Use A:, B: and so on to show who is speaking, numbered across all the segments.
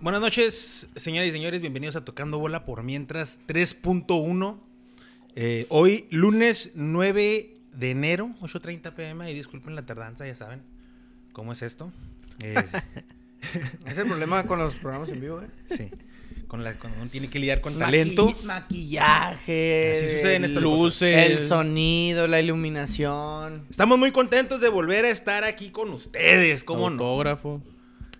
A: Buenas noches, señoras y señores. Bienvenidos a Tocando Bola por Mientras 3.1. Eh, hoy, lunes 9 de enero, 8.30 pm. Y disculpen la tardanza, ya saben cómo es esto. Eh,
B: Es el problema con los programas en vivo, ¿eh?
A: sí, con la, cuando uno tiene que lidiar con talento.
B: Maqui- maquillaje.
A: Así suceden estas cosas.
C: Luces.
B: El sonido, la iluminación.
A: Estamos muy contentos de volver a estar aquí con ustedes, ¿cómo no?
C: Autógrafo.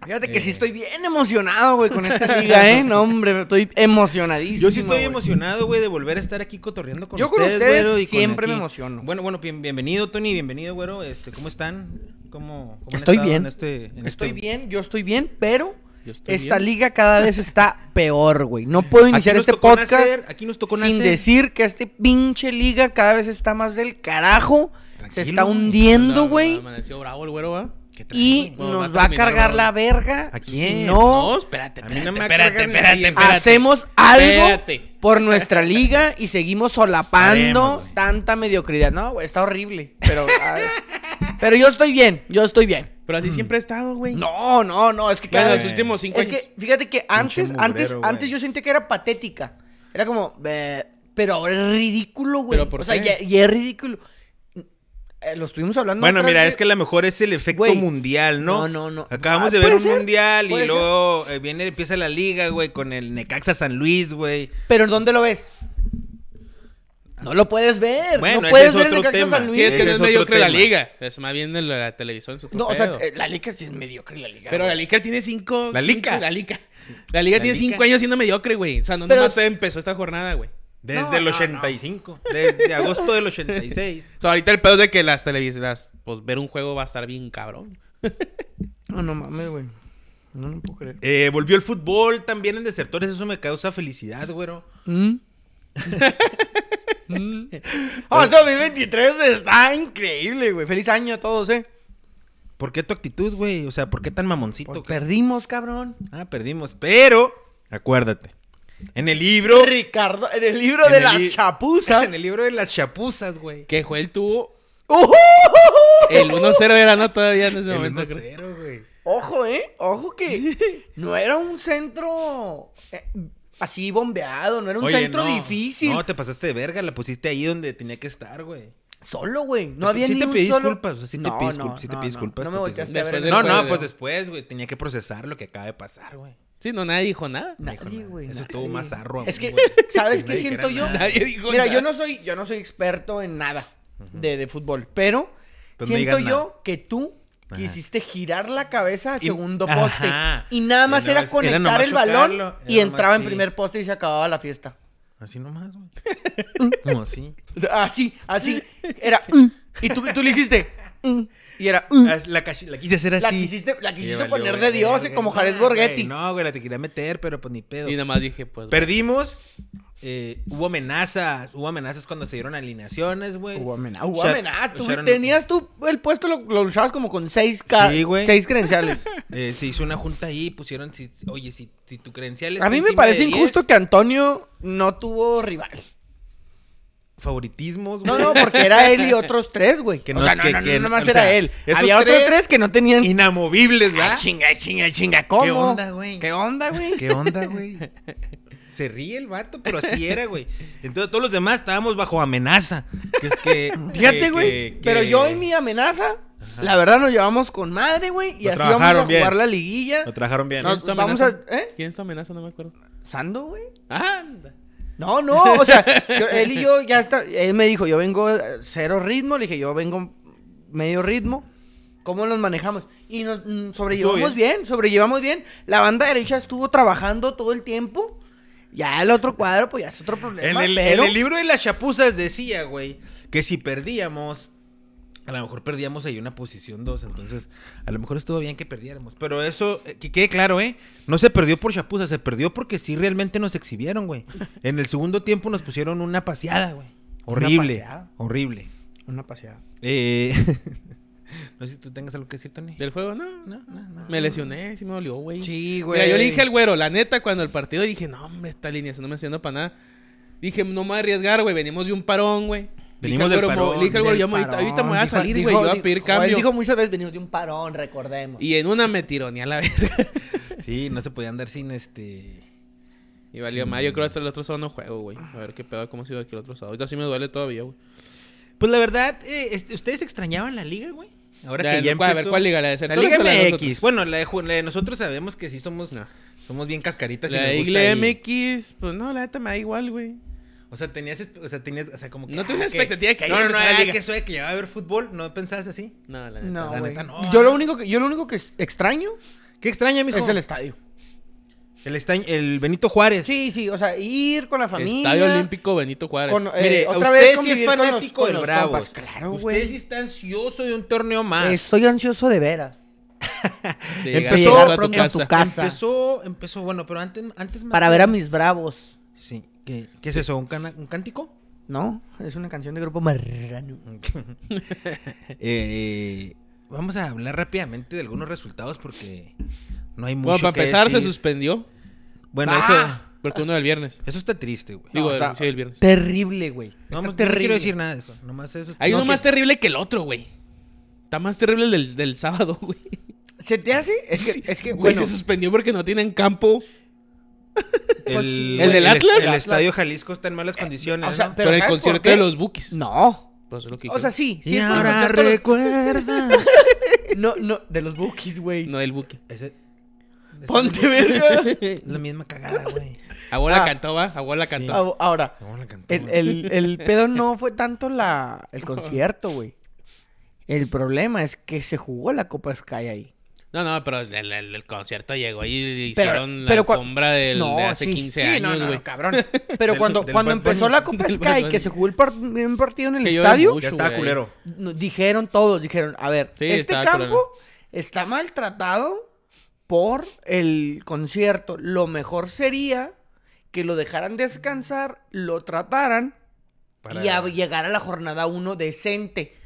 B: Fíjate que sí
A: Eh.
B: estoy bien emocionado, güey, con esta liga, ¿eh? No, hombre, estoy emocionadísimo.
A: Yo sí estoy
B: güey.
A: emocionado, güey, de volver a estar aquí cotorreando con
B: Yo con
A: ustedes.
B: ustedes
A: güero, y
B: siempre me
A: aquí-
B: emociono.
A: Bueno, bueno, bien- bienvenido, Tony, bienvenido, güero. Este, ¿Cómo están? ¿Cómo, cómo han
B: Estoy
A: estado
B: bien.
A: en este- en
B: Estoy
A: este-
B: bien, yo estoy bien, pero
C: Yo estoy
B: esta
C: bien.
B: liga cada vez está peor, güey. No puedo
A: Aquí
B: iniciar
A: nos
B: este
A: tocó
B: podcast
A: nacer, aquí nos tocó
B: sin
A: nacer.
B: decir que esta pinche liga cada vez está más del carajo. se
A: Tranquilo,
B: está
A: güey.
B: hundiendo, güey.
C: Amaneció bravo el güero, ¿va?
A: ¿Qué traes,
B: Y
A: güey?
C: Bueno, va a
B: nos va a
C: terminar,
B: cargar
C: bro.
B: la verga.
A: ¿A
B: Si
A: quién?
B: no,
C: espérate,
A: A mí no
C: espérate,
A: me
C: espérate,
A: acuerdan
C: espérate,
A: ni-
C: espérate.
B: hacemos algo
C: Espérate.
B: por nuestra liga y seguimos solapando
A: Haremos, güey.
B: tanta mediocridad. No, güey, está horrible. Pero, a ver, pero yo estoy bien, yo estoy bien.
C: Pero así siempre ha estado, güey.
B: No, no, no, es que
C: Bueno,
B: cada
C: los últimos cinco
B: Mm. Es
C: años.
B: que fíjate que antes,
A: Pinche
B: antes,
A: mugrero, güey.
B: antes yo sentía que era patética. Era como, "Beh", pero ahora es ridículo, güey.
C: ¿Pero por
B: o sea,
C: qué?
B: ya, ya es ridículo. Eh, lo estuvimos hablando.
A: Bueno,
B: otras
A: mira,
B: veces.
A: es que a lo mejor es el efecto
B: Güey.
A: mundial, ¿no?
B: No, no, no.
A: Acabamos
B: Ah,
A: de ver
B: puede
A: un
B: ser,
A: mundial y
B: puede
A: luego eh, viene, empieza la liga, güey, con el Necaxa San Luis, güey.
B: Pero ¿dónde lo ves? No lo puedes ver.
A: Bueno,
B: no
A: ese
B: puedes
A: es
B: ver el
A: otro
B: Necaxa
A: tema.
B: San
C: Sí,
B: Luis.
C: es que no
A: Ese es
C: es
A: otro
C: mediocre la
A: tema.
C: liga. Es más bien de la, la televisión. Es otro
B: No, o sea,
C: pedo.
B: eh, la liga sí es mediocre la liga.
C: Pero
B: güey.
C: la liga tiene cinco.
A: La
C: cinco-
A: liga.
C: La liga. La liga
A: La
C: tiene
A: liga.
C: cinco años siendo mediocre, güey. O sea, no
B: Pero-
C: nomás se empezó esta jornada, güey.
A: Desde
B: No,
A: el
B: no,
A: 85, desde agosto del 86.
C: O sea, ahorita el pedo es de que las televisoras, pues ver un juego va a estar bien cabrón.
B: No, no mames, güey. No, no puedo creer.
A: Eh, volvió el fútbol también en Desertores, eso me causa felicidad, güero.
B: ¿Mm? Mm. Ah, 2023 está increíble, güey. Feliz año a todos, eh.
A: ¿Por qué tu actitud, güey? O sea, ¿por qué tan mamoncito?
B: Porque
A: cabrón?
B: perdimos, cabrón.
A: Ah, perdimos. Pero, acuérdate, en el libro...
B: Ricardo, en el libro
A: En
B: de
A: el
B: las
A: li-
B: chapuzas.
A: En el libro de las chapuzas, güey.
C: Que Joel tuvo
B: ¡Ujú!
C: el 1-0 era, ¿no? Todavía en ese
A: El
C: momento. creo.
A: 1-0, güey.
B: Ojo, eh. Ojo que no era un centro eh, así bombeado, no era un
A: Oye,
B: centro
A: no.
B: difícil.
A: No, te pasaste de verga, la pusiste ahí donde tenía que estar, güey.
B: Solo, güey. No
A: Te-
B: había
A: sí
B: ni
A: te
B: un
A: pedí
B: solo-
A: disculpas, o sea, sí te pedí disculpas, sí te pedí
B: no,
A: disculpas,
B: No
A: te
B: me
A: pedí
B: volteaste a
C: disculpas.
B: ver.
C: Después
B: el-
A: No,
C: juego,
A: no,
C: ¿no?
A: pues después, güey, tenía que procesar lo que acaba de pasar, güey.
C: Sí, no, nadie dijo nada.
A: Dijo,
B: Nadie,
A: "Nah,
B: güey.
A: Eso
B: nadie".
A: estuvo más arro.
B: Es que,
A: güey.
B: ¿sabes
A: Que
B: qué
A: nadie
B: siento
A: dijera
B: yo?
A: nada.
C: Nadie dijo
B: Mira,
C: nada.
B: yo no soy, yo no soy experto en nada de, de fútbol, pero
A: Pues no
B: siento
A: digas
B: yo
A: nada.
B: que tú
A: Ajá.
B: quisiste girar la cabeza a
A: Y-
B: segundo
A: Ajá.
B: poste y nada más
A: Era
B: era
A: nomás-
B: conectar
A: era nomás
B: el balón
A: chocarlo,
B: y
A: era
B: entraba
A: nomás-
B: en
A: sí.
B: primer poste y se acababa la fiesta.
A: Así nomás, güey. Como así.
B: Así, así era "Mm", y tú, tú le hiciste "Mm", y era "Mm".
A: Ah, La, cach- la quise hacer así.
B: la quisiste, la
A: Y
B: quisiste
A: valió
B: poner de dios eh,
A: verga.
B: como
A: No,
B: Jared
A: güey,
B: Borghetti.
A: No, güey, la te quería meter, pero pues ni pedo.
C: Y nada más dije, pues.
A: Perdimos. eh, hubo amenazas. Hubo amenazas cuando se dieron alineaciones, güey.
B: Hubo amenaza. Hubo
A: Shar-
B: amenaza. Tú
A: Sharon-
B: tenías tú el puesto, lo, lo luchabas como con seis, ca-
A: Sí, güey.
B: seis credenciales.
A: Eh, se hizo una junta ahí, pusieron, si, oye, si, si tu credencial está
B: A mí me
A: encima
B: parece
A: de 10,
B: injusto que Antonio no tuvo rival.
A: Favoritismos,
B: No,
A: güey.
B: no, porque era él y otros tres, güey.
A: Que
B: o
A: no-
B: sea, no,
A: que-
B: no, no,
A: que-
B: nada más
A: o
B: era
A: sea,
B: él.
A: esos
B: Había
A: tres
B: otros tres que no tenían...
A: Inamovibles,
B: Ah,
A: ¿verdad?
B: chinga, chinga, chinga, ¿cómo?
A: ¿Qué onda, güey?
B: ¿Qué onda, güey?
A: ¿Qué onda, güey? Se ríe el vato, pero así era, güey. Entonces todos los demás estábamos bajo amenaza. Que es que,
B: Fíjate,
A: que-
B: güey.
A: que-
B: Pero
A: que-
B: yo y mi amenaza, la verdad nos llevamos con madre, güey. Y
A: Lo
B: así vamos a
A: trabajaron
B: jugar
A: bien.
B: la liguilla.
A: Lo trabajaron bien.
B: No,
C: ¿Quién es tu
B: vamos
C: amenaza?
B: a- ¿eh?
C: ¿Quién es tu amenaza? No me acuerdo.
B: ¿Sando, güey?
C: Anda.
B: No, no, o sea, yo- él y yo ya está. Él me dijo, yo vengo eh, cero ritmo, le dije, yo vengo medio ritmo. ¿Cómo nos manejamos? Y nos mm, sobrellevamos
C: Estuvo bien.
B: bien. sobrellevamos bien. La banda derecha estuvo trabajando todo el tiempo. Ya el otro cuadro, pues ya es otro
A: En
B: problema.
A: el,
B: pero...
A: en el libro de las chapuzas decía, güey, que si perdíamos, a lo mejor perdíamos ahí una posición 2. Entonces, a lo mejor estuvo bien que perdiéramos. Pero eso, eh, que quede claro, ¿eh? No se perdió por chapuzas, se perdió porque sí realmente nos exhibieron, güey. En el segundo tiempo nos pusieron una paseada, güey. Horrible.
B: paseada?
A: Horrible.
B: Una paseada.
A: Eh, no sé si tú tengas algo que decir, Tony.
C: ¿Del juego? No,
A: No, no, no.
C: Me lesioné, sí me dolió, güey.
B: Sí, güey.
C: Mira, yo le dije al güero, la neta, cuando el partido dije, no, hombre, esta alineación no me está haciendo para nada. Dije, no me voy a arriesgar, güey, venimos de un parón, güey. Dije
A: Venimos
C: al
A: del
C: güero, mo-
A: parón,
C: Le dije al güero,
B: Del
C: yo me- ahorita, ahorita me voy a
B: parón,
C: salir,
B: dijo-
C: güey, yo voy a
B: dijo-
C: pedir
B: dijo- Él
C: cambio.
B: dijo muchas veces, venimos de un parón, recordemos.
C: Y en una me tironeé a la verga.
A: Sí, no se podía andar sin este.
C: Y valió
A: Sí.
C: más. Yo creo hasta el otro sábado no juego, güey. A ver qué pedo, cómo sigo aquí el otro sábado. Ahorita sí me duele todavía, güey.
A: Pues la verdad, eh, este, ¿ustedes extrañaban la liga, güey? Ahora que ya
C: ¿cuál- A ver,
A: empezó-
C: ¿cuál liga? La de
A: La
C: Certones
A: Liga
C: o la de
A: MX.
C: nosotros?
A: Bueno, la de, ju- la de nosotros sabemos que sí somos,
C: No.
A: somos bien
B: Este
A: cascaritas. y
C: La
A: nos
C: de
A: gusta
C: Liga
A: ahí.
C: MX, pues no, la neta me da igual, güey.
A: O sea, tenías, espe- o sea, tenías, o sea, como que.
C: No tenía
A: ah,
C: expectativa de que
A: No,
C: haya
A: no, no,
C: empezado la
A: ah,
C: liga.
A: que eso de que ya va a haber fútbol, ¿no pensabas así?
C: No, la neta.
B: No,
A: la
B: güey.
A: neta no.
B: Yo lo único que yo lo único que extraño
A: Qué extraña, mijo.
B: es el estadio.
A: El, estañ- el Benito Juárez.
B: Sí, sí, o sea, ir con la familia.
C: Estadio Olímpico Benito Juárez.
B: con- eh,
A: Mire,
B: otra
A: usted
B: vez
A: sí es
B: convivir con los-
A: fanático
B: con
A: del
B: los
A: Bravos.
B: compas, Claro,
A: Usted
B: güey.
A: sí está ansioso de un torneo más.
B: Estoy Eh, ansioso de veras.
C: De
A: empezó-
C: llegar pronto a tu
B: pronto a tu
C: casa.
B: casa.
A: Empezó, empezó, bueno, pero antes, antes más.
B: Para ver a mis bravos.
A: Sí. ¿Qué, qué es eso? ¿Un, cana- un cántico?
B: ¿No? Es una canción de grupo marrano.
A: Eh, vamos a hablar rápidamente de algunos resultados porque no hay mucho
C: Bueno, para
A: que
C: empezar, se
A: decir.
C: suspendió.
A: Bueno,
B: ¡Ah!
C: Porque uno del viernes.
A: eso, eso está triste, güey.
C: Digo,
B: está-
C: sí, el viernes.
B: Terrible, güey.
A: No,
B: Está
A: no
B: terrible.
A: quiero decir nada de eso. Nomás eso.
C: Hay
A: No,
C: uno
A: que-
C: más terrible que el otro, güey. Está más terrible el del, del sábado, güey.
B: ¿Se te hace? Es que, es que
C: Güey,
B: bueno,
C: se suspendió porque no tienen campo.
B: pues,
A: El,
C: ¿El del
A: est-
C: Atlas? Eh,
A: El estadio Jalisco está en malas condiciones.
B: o sea,
A: ¿no?
B: Pero
C: Pero el
B: ¿sabes por
C: concierto
B: qué?
C: de los Bukis.
B: no.
C: Pues es lo que
B: O sea,
C: dijeron.
B: sí, sí
A: y
B: es por el
A: ahora
B: concierto de los-
A: recuerda.
B: No, no, de los bookies, güey.
C: No, el Buki.
A: Ese- ese-
B: Ponte verga.
A: La misma cagada, güey.
C: Abuela
B: Ah.
C: cantó, va. Abuela cantó.
B: Ah, Ahora,
A: Cómo la cantó,
B: el,
A: güey.
B: el- el pedo no fue tanto la, el concierto, güey. El problema es que se jugó la Copa Sky ahí.
C: No, no, pero el, el- el concierto llegó y
B: Pero-
C: hicieron la
B: pero cua-
C: alfombra del,
B: no,
C: de hace
B: sí,
C: 15
B: sí, no,
C: años,
B: no,
C: güey.
B: cabrón. Pero
A: Del-
B: cuando,
A: del
B: cuando
A: Bad Bunny.
B: empezó la Copa
C: Del Bad
B: Sky,
C: Bunny.
B: que se jugó el par- un partido en el
C: Que lloran
B: estadio,
C: mucho,
A: Ya estaba
C: güey.
A: culero.
B: no- dijeron todos, dijeron, a ver,
C: Sí,
B: este
C: estaba
B: campo
C: culero.
B: está maltratado por el concierto. Lo mejor sería que lo dejaran descansar, lo trataran
A: Para-
B: y a llegar a la jornada 1 decente.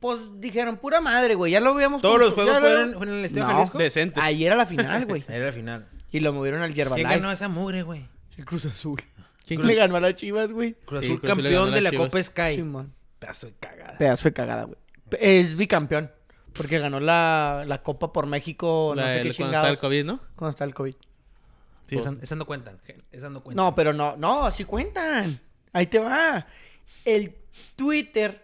B: Pues dijeron, pura madre, güey, ya lo habíamos...
A: Todos los
B: constru-
A: juegos
B: ya lo-
A: fueron, fueron en el estadio
B: No.
A: Jalisco.
C: Decente.
B: Ayer a la final, güey.
A: Era la final.
B: Y lo movieron al
A: ¿Quién ganó
B: Yerbalife.
A: esa mugre, güey?
B: El Cruz Azul.
C: ¿Quién
B: Le ganó a las Chivas, güey.
A: Cruz
C: Sí,
A: Azul
C: Cruz Azul le ganó
A: campeón
C: a
A: de la
C: las
A: Copa
C: Chivas.
A: Sky.
B: Simón.
A: Pedazo de cagada.
B: Pedazo de cagada, güey. Pe- Es bicampeón. Porque ganó la, la Copa por México,
C: La
B: no sé
C: del-
B: qué
C: cuando estaba el
B: chingados.
C: COVID, ¿no?
B: Cuando está el COVID.
A: Sí, esas, esas no cuentan. Esas no cuentan.
B: No, pero no, no, sí cuentan. Ahí te va. El Twitter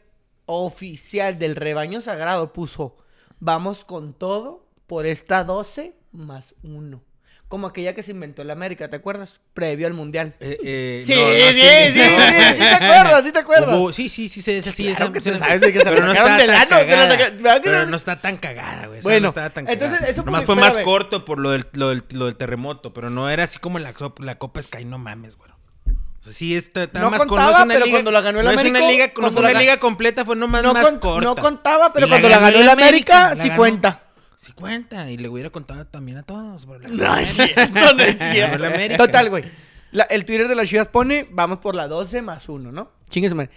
B: oficial del rebaño sagrado puso, vamos con todo por esta 12 más 1. Como aquella que se inventó en la América, ¿te acuerdas? Previo al Mundial.
A: Eh, eh,
B: Sí,
A: no, no,
B: sí, sí, sí, sí, sí, te acuerdas, sí te acuerdas.
A: Hubo- sí, sí, sí, sí, sí, sí,
B: Claro
A: sí,
B: que
A: sí,
B: te
A: sí,
B: sabes de que se la
A: pero no
B: sacaron
A: está
B: del
A: tan
B: ano, se la
A: cagada,
B: saca- ¿verdad que
A: pero
B: se-
A: no está tan cagada, güey. o sea,
B: Bueno,
A: no estaba tan
B: entonces,
A: cagada.
B: eso
A: Nomás
B: porque-
A: fue más
B: espérame.
A: corto por lo del, lo, del, lo del terremoto, pero no era así como la, so- la Copa Sky, no mames, güey. O sea, sí, está, está
B: No
A: más
B: contaba,
A: no es una
B: pero
A: liga-
B: cuando la ganó el
A: no Es
B: América,
A: una liga, no
B: cuando
A: fue
B: la
A: una
B: gan-
A: liga completa, fue nomás
B: No,
A: más
B: con-
A: corta.
B: no contaba, pero
A: Y
B: cuando la ganó el América, sí
A: ganó-
B: cuenta.
A: Sí cuenta, y le hubiera contado también a todos. pero la ganó
B: No es cierto, no
A: el América.
B: es
A: Ganó el
B: cierto.
A: América.
B: Total, güey. La- el Twitter de las Chivas pone, vamos por la 12 más 1, ¿no? Chingues, madre.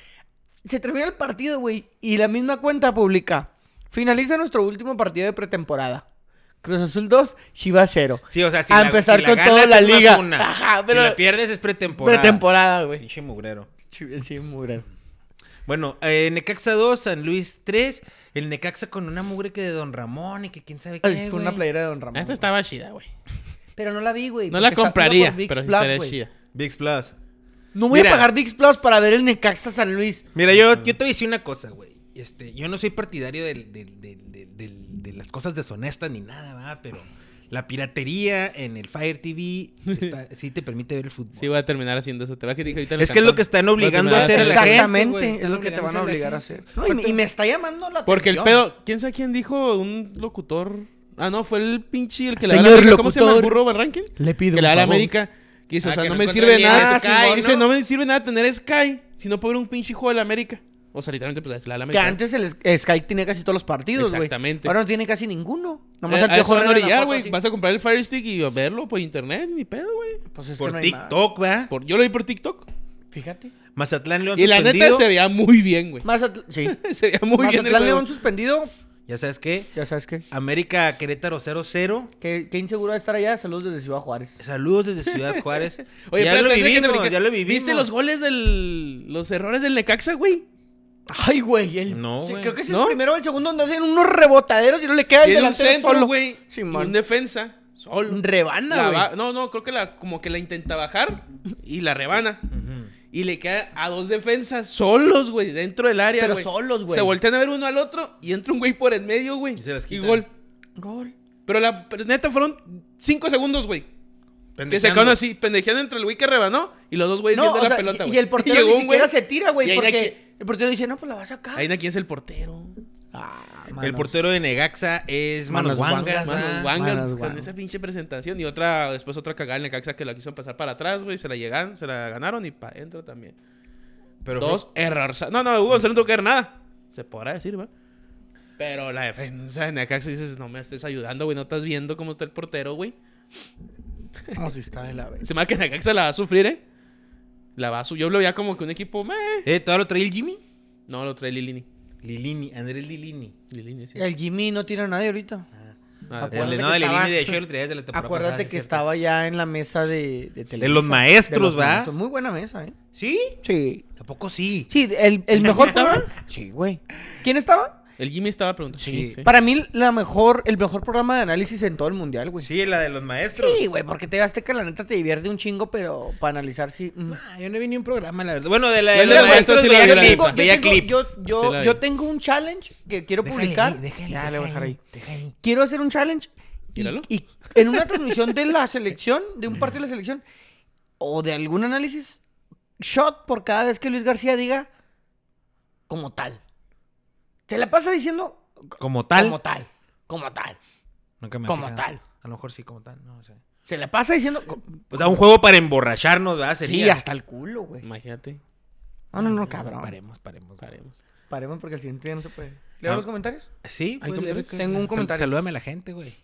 B: Se termina el partido, güey, y la misma cuenta publica. Finaliza nuestro último partido de pretemporada. Cruz Azul 2, Chivas 0.
A: Sí, o sea, si
B: A
A: la,
B: empezar
A: si
B: con
A: ganas
B: toda la
A: es más
B: liga.
A: una.
B: Ajá,
A: Si
B: pero-
A: la pierdes es pretemporada.
B: Pretemporada, güey.
A: Pinche mugrero.
B: Ch- Sí, muy grave.
A: Bueno, eh, Necaxa 2, San Luis 3. El Necaxa con una mugre que de Don Ramón y que quién sabe qué.
B: Ay, Fue una
A: güey.
B: playera de Don Ramón.
C: Esta estaba chida, güey.
B: güey. Pero no la vi, güey.
C: No la
B: porque está- iba
C: compraría,
B: por Vix
C: pero sí
B: Plus,
C: estaría
B: güey.
C: chida.
A: Vix Plus.
B: No voy
A: Mira.
B: a pagar Dix Plus para ver el Necaxa San Luis.
A: Mira, yo, yo te voy a decir una cosa, güey. Este, yo no soy partidario del- del- del- del- del- de las cosas deshonestas ni nada, ¿verdad? Pero la piratería en el Fire TV está- sí te permite ver el fútbol.
C: Sí, voy a terminar haciendo eso. Te va que dije ahorita en el
A: es que es lo
C: cantón.
A: que están
C: Voy
A: obligando a hacer
C: terminar
A: a la gente.
B: Exactamente,
A: güey.
B: es lo que te van a
A: la
B: obligar a
A: gente.
B: hacer. No, y, me- y me está llamando la
C: Porque el
B: atención.
C: pedo, quién sabe quién dijo un locutor. Ah, no, fue el pinche el que le
B: Señor
C: da la ¿Cómo se llama el
B: locutor.
C: burro Barranquen?
B: Le pido
C: que
B: un
C: le da a la
B: favor.
C: América. Que dice,
A: Ah,
C: o sea,
A: que
C: no
A: no
C: me
A: encuentra
C: sirve
A: ni
C: nada.
A: a Sky,
C: Simón. Dice,
A: ¿no?
C: no me sirve nada tener Sky si no puedo ver un pinche juego de la América. O sea, literalmente, pues la de la
B: Que
C: América.
B: antes el S- Sky tenía casi todos los partidos, güey.
C: Exactamente.
B: Ahora no tiene casi ninguno. Nomás
C: Eh,
B: el
C: a eso
B: piojo
C: van a
B: Herrera en la
C: orillar,
B: foto,
C: güey.
B: así.
C: Vas a comprar el Fire Stick y verlo por internet, ni pedo, güey.
B: Pues es que no
A: Por
B: hay más.
A: TikTok, ¿verdad?
C: Por- Yo lo vi por TikTok.
B: Fíjate.
A: Mazatlán León
C: Y la neta
A: suspendido.
C: se veía muy bien, güey.
B: Mazatl- sí.
C: Se veía muy bien el
B: Mazatlán
C: juego.
B: León suspendido.
A: Ya sabes qué.
B: Ya sabes qué.
A: América Querétaro 0-0.
B: Qué, qué inseguro de estar allá. Saludos desde Ciudad Juárez.
A: Saludos desde Ciudad Juárez.
C: Oye,
A: ya,
C: espérate,
A: lo
C: antes de que te
A: vivimos,
C: brinque,
A: ya lo vivimos,
C: ¿Viste los goles del. los errores del Necaxa, güey?
B: Ay, güey. El...
A: No,
B: Sí,
A: güey.
B: creo que es
C: ¿No?
B: el primero o el segundo donde hacen unos rebotaderos y no le queda el
C: Tiene un
B: delantero
C: centro,
B: solo.
C: güey.
B: Sí,
C: y
B: man.
C: un defensa. Solo.
B: Rebana,
C: La
B: güey.
C: ba- no, no, creo que la, como que la intenta bajar y la rebana.
A: Ujú.
C: Y le queda a dos defensas solos, güey, dentro del área.
B: Pero
C: güey.
B: solos, güey.
C: Se voltean a ver uno al otro y entra un güey por en medio, güey.
A: Y se las
C: Y
A: quitan.
C: gol.
B: Gol.
C: Pero la pero neta fueron cinco segundos, güey. Que se
A: Pendejeando.
C: quedaron así, pendejeando entre el güey que rebanó y los dos güeyes
B: No,
C: viendo
B: o
C: la
B: sea,
C: pelota,
B: y-
C: güey.
B: y el portero
C: llegó
B: ni
C: un
B: siquiera
C: güey.
B: se tira,
C: Y
B: güey,
C: ahí
B: porque
C: aquí-
B: el portero dice, no, pues la vas acá.
C: Ahí aquí es el portero.
B: Ah,
A: El
B: manos.
A: portero de Negaxa es Manos
B: Manos
A: Wangas.
B: Wangas,
A: ah.
C: Manos guangas
B: manos
C: con
B: guangas.
C: esa pinche presentación. Y otra, después otra cagada en la caxa que la quiso pasar para atrás, güey. Se la llegan, se la ganaron y para adentro también.
A: Pero
C: Dos errores. No, no, Hugo González no tuvo que ver nada. Se podrá decir, ¿verdad? Pero la defensa en Necaxa dices, no me estés ayudando, güey. No estás viendo cómo está el portero, güey.
B: No, sí está de la vez.
C: Se me hace que Necaxa la va a sufrir, ¿eh? La va a su Yo lo veía como que un equipo, meh.
A: Eh, ¿Todavía lo trae el Jimmy?
C: No, lo trae Lilini.
A: Lilini, Andrés Lilini.
C: Lilini, sí.
B: El Jimmy no tira a nadie ahorita.
C: Ah,
A: El
B: Acuérdate
A: de-
B: que
A: no, el
B: estaba-
A: Lilini de Shell lo traías de la temporada pasada,
B: Acuérdate
A: sí,
B: que
A: cierto.
B: estaba ya en la mesa de, de Televisa.
A: los maestros, ¿va?
B: maestros. Muy buena mesa, ¿eh?
A: ¿Sí?
B: Sí.
A: Tampoco sí.
B: Sí, el, el mejor
C: estaba?
B: programa. Sí, güey. ¿Quién estaba?
C: El Jimmy estaba preguntando.
A: Sí.
B: Para mí, la mejor, el mejor programa de análisis en todo el mundial, güey.
A: Sí, la de los maestros.
B: Sí, güey, porque te gasté que la neta te divierte un chingo, pero para analizar sí. mm.
A: Ah, yo no vi ni un programa, la verdad. Bueno, de la
C: Yo
A: de
C: le
A: los
C: he
A: maestros
C: puesto, sí, la
A: veía
C: vi, la vi.
A: clips,
B: Yo
A: veía
B: tengo-
A: clips.
B: yo,
C: Sí,
B: yo,
C: la vi.
B: yo tengo un challenge que quiero publicar. Ya, le voy a dejar ahí. Quiero hacer un challenge. Y,
C: Míralo.
B: y en una transmisión de la selección, de un partido de la selección, o de algún análisis, shot por cada vez que Luis García diga como tal. Te la pasa diciendo
A: Como tal.
B: como tal, como tal.
A: Nunca me he
B: como
A: fijado.
B: tal.
A: A lo mejor sí, como tal. No sé.
B: Se la pasa diciendo. co-
A: O sea, un juego para emborracharnos, ¿verdad?
B: Sí,
A: Sería.
B: hasta el culo, güey.
C: Imagínate.
B: No, no, no, cabrón.
A: Paremos, paremos.
C: Paremos.
B: Paremos porque el siguiente día no se puede. ¿Leo
A: Ah.
B: los comentarios?
A: Sí,
C: ¿Hay
A: pues,
C: comentarios?
A: Enrique,
B: Tengo un
A: sal-
B: comentario.
A: Salúdame a la gente, güey.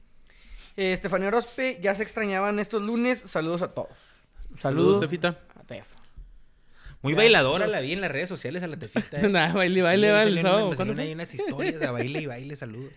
B: Eh, Estefanía Orozpe, ya se extrañaban estos lunes. Saludos a todos.
C: Saludos, Tefita.
B: a Tef.
A: Muy
B: Ya,
A: bailadora, la vi en las redes sociales a la tefita. eh.
C: Nada, baile,
A: Sí,
C: baile,
A: me
C: baile. el
A: salieron-
C: sábado,
A: me
C: ¿cuándo
A: salieron ahí unas historias a baile y baile, saludos.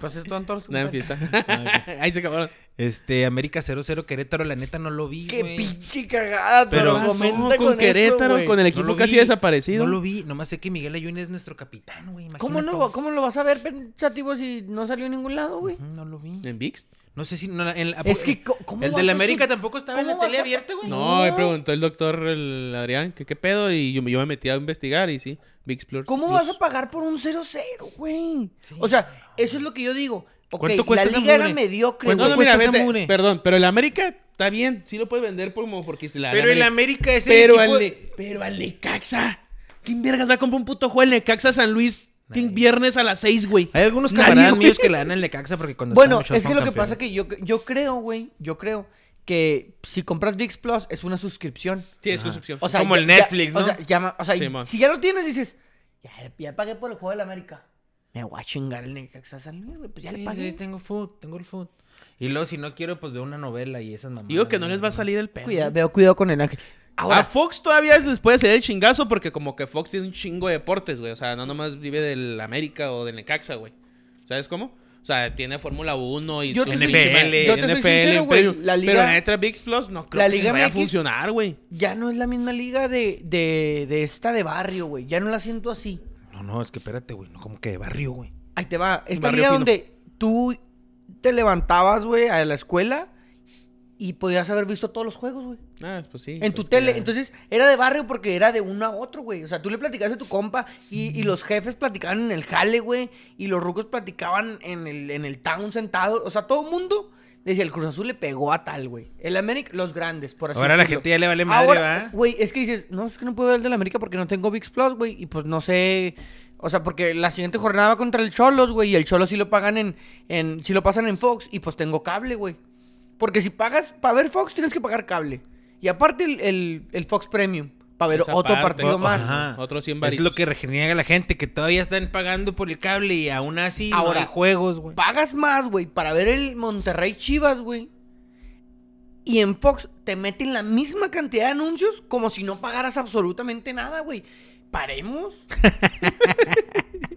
B: Pues esto en todos los
C: fue? Nada, en
B: comentarios.
C: fiesta. Ahí se acabaron.
A: Este, América 0-0, Querétaro, la neta no lo vi,
B: Qué
A: güey.
B: pinche cagada, pero
A: Pero pasó
B: comenta con,
C: Querétaro, con el
A: No
C: equipo
A: lo
C: casi
A: vi,
C: desaparecido.
A: No lo vi, nomás sé que Miguel Ayun es nuestro capitán, güey.
B: ¿Cómo
A: imagínate.
B: no? ¿Cómo lo vas a ver, pen- chativo, si no salió en ningún lado, güey?
A: Ujú, No lo vi.
C: ¿En VIX?
A: No sé si... no, la- en la-
B: Es que, co- ¿cómo
A: Ah, pues, El
B: vas
A: de la
B: a
A: América
B: sub-
A: tampoco estaba en la
B: cómo vas
A: tele
B: a-
A: abierta, güey.
C: No, me
B: No.
C: preguntó el doctor el Adrián que qué pedo y yo, me- yo me metí a investigar y sí, VIX Plus.
B: ¿Cómo
C: Plus.
B: vas a pagar por un 0-0, güey?
A: Sí.
B: O sea, eso es lo que yo digo. Ok,
A: ¿Cuánto
B: la
A: cuesta esa
B: liga era
A: mugre?
B: mediocre,
A: ¿Cuánto
C: No,
B: güey.
C: no, mira,
A: cuesta esa
C: vete,
A: mugre?
C: perdón, pero el América está bien, sí lo puede vender por como porque se la
A: Pero el
C: la
A: América es el
C: pero
A: equipo...
C: al Ne- pero al Necaxa. ¿Quién vergas va a comprar un puto juego al Necaxa San Luis
A: Nadie.
C: en viernes a las 6, güey?
A: Hay algunos
C: Nadie,
A: camaradas
C: güey.
A: míos que la dan al Necaxa porque cuando
B: Bueno,
A: estaban
B: es que lo que
A: champions
B: pasa que yo, yo creo, güey, yo creo que si compras VIX Plus es una suscripción.
C: Sí, es
A: Ajá.
C: suscripción.
B: O sea,
A: Como
B: ya-
A: el
B: ya-
A: Netflix,
B: O
A: ¿no?
B: sea, ya ma- o sea,
C: Sí, man.
B: si ya lo tienes, dices, ya, ya pagué por el juego de la América. Me voy a chingar el Necaxa San Luis, güey, pues ya
A: Sí,
B: le
A: sí,
B: pagué.
A: tengo food, tengo el food. Y luego, si no quiero, pues veo una novela y esas mamadas.
C: Digo que no les va a salir el pedo.
B: Cuidado, veo cuidado con el ángel.
C: a
A: Ah,
B: Ahora,
C: Fox todavía les puede salir el chingazo porque como que Fox tiene un chingo de deportes, güey. O sea, no nomás vive del América o del Necaxa, güey. ¿Sabes cómo? O sea, tiene Fórmula 1 y...
B: Yo te
C: tiene
B: soy
A: sincero, yo
B: te soy
C: NFL,
B: sincero, güey.
C: Pero,
B: La liga-
C: pero la neta, VIX Plus no creo
B: La
C: que
B: liga
C: les vaya a
B: MX
C: funcionar, güey.
B: ya no es la misma liga de, de, de esta de barrio, güey. Ya no la siento así.
A: No, no, es que espérate, güey. No, como que de barrio, güey.
B: Ahí te va. Esta
C: Barrio
B: liga
C: fino.
B: donde tú te levantabas, güey, a la escuela y podías haber visto todos los juegos, güey.
C: Ah, pues sí.
B: En tu
C: pues,
B: tele.
C: ya.
B: Entonces, era de barrio porque era de uno a otro, güey. O sea, tú le platicabas a tu compa y, y los jefes platicaban en el jale, güey. Y los rucos platicaban en el, en el town sentado. O sea, todo el mundo decía, el Cruz Azul le pegó a tal, güey. El América, los grandes, por así
A: Ahora la
B: decirlo.
A: gente ya le vale madre,
B: Ahora,
A: ¿va?
B: Güey, es que dices, no, es que no puedo ver el del América porque no tengo VIX Plus, güey. Y pues no sé. O sea, porque la siguiente jornada va contra el Cholos, güey. Y el Cholos sí lo pagan en, en. Sí lo pasan en Fox. Y pues tengo cable, güey. Porque si pagas. Para ver Fox tienes que pagar cable. Y aparte el, el- el Fox Premium. Para ver
C: Esa
B: otro
C: parte.
B: partido
C: O-
B: más.
A: Ajá.
C: Otros 100
A: Es
C: varitos.
A: lo que reniega la gente, que todavía están pagando por el cable y aún así
B: Ahora,
A: no hay juegos, güey.
B: Pagas más, güey, para ver el Monterrey Chivas, güey. Y en Fox te meten la misma cantidad de anuncios como si no pagaras absolutamente nada, güey. Paremos.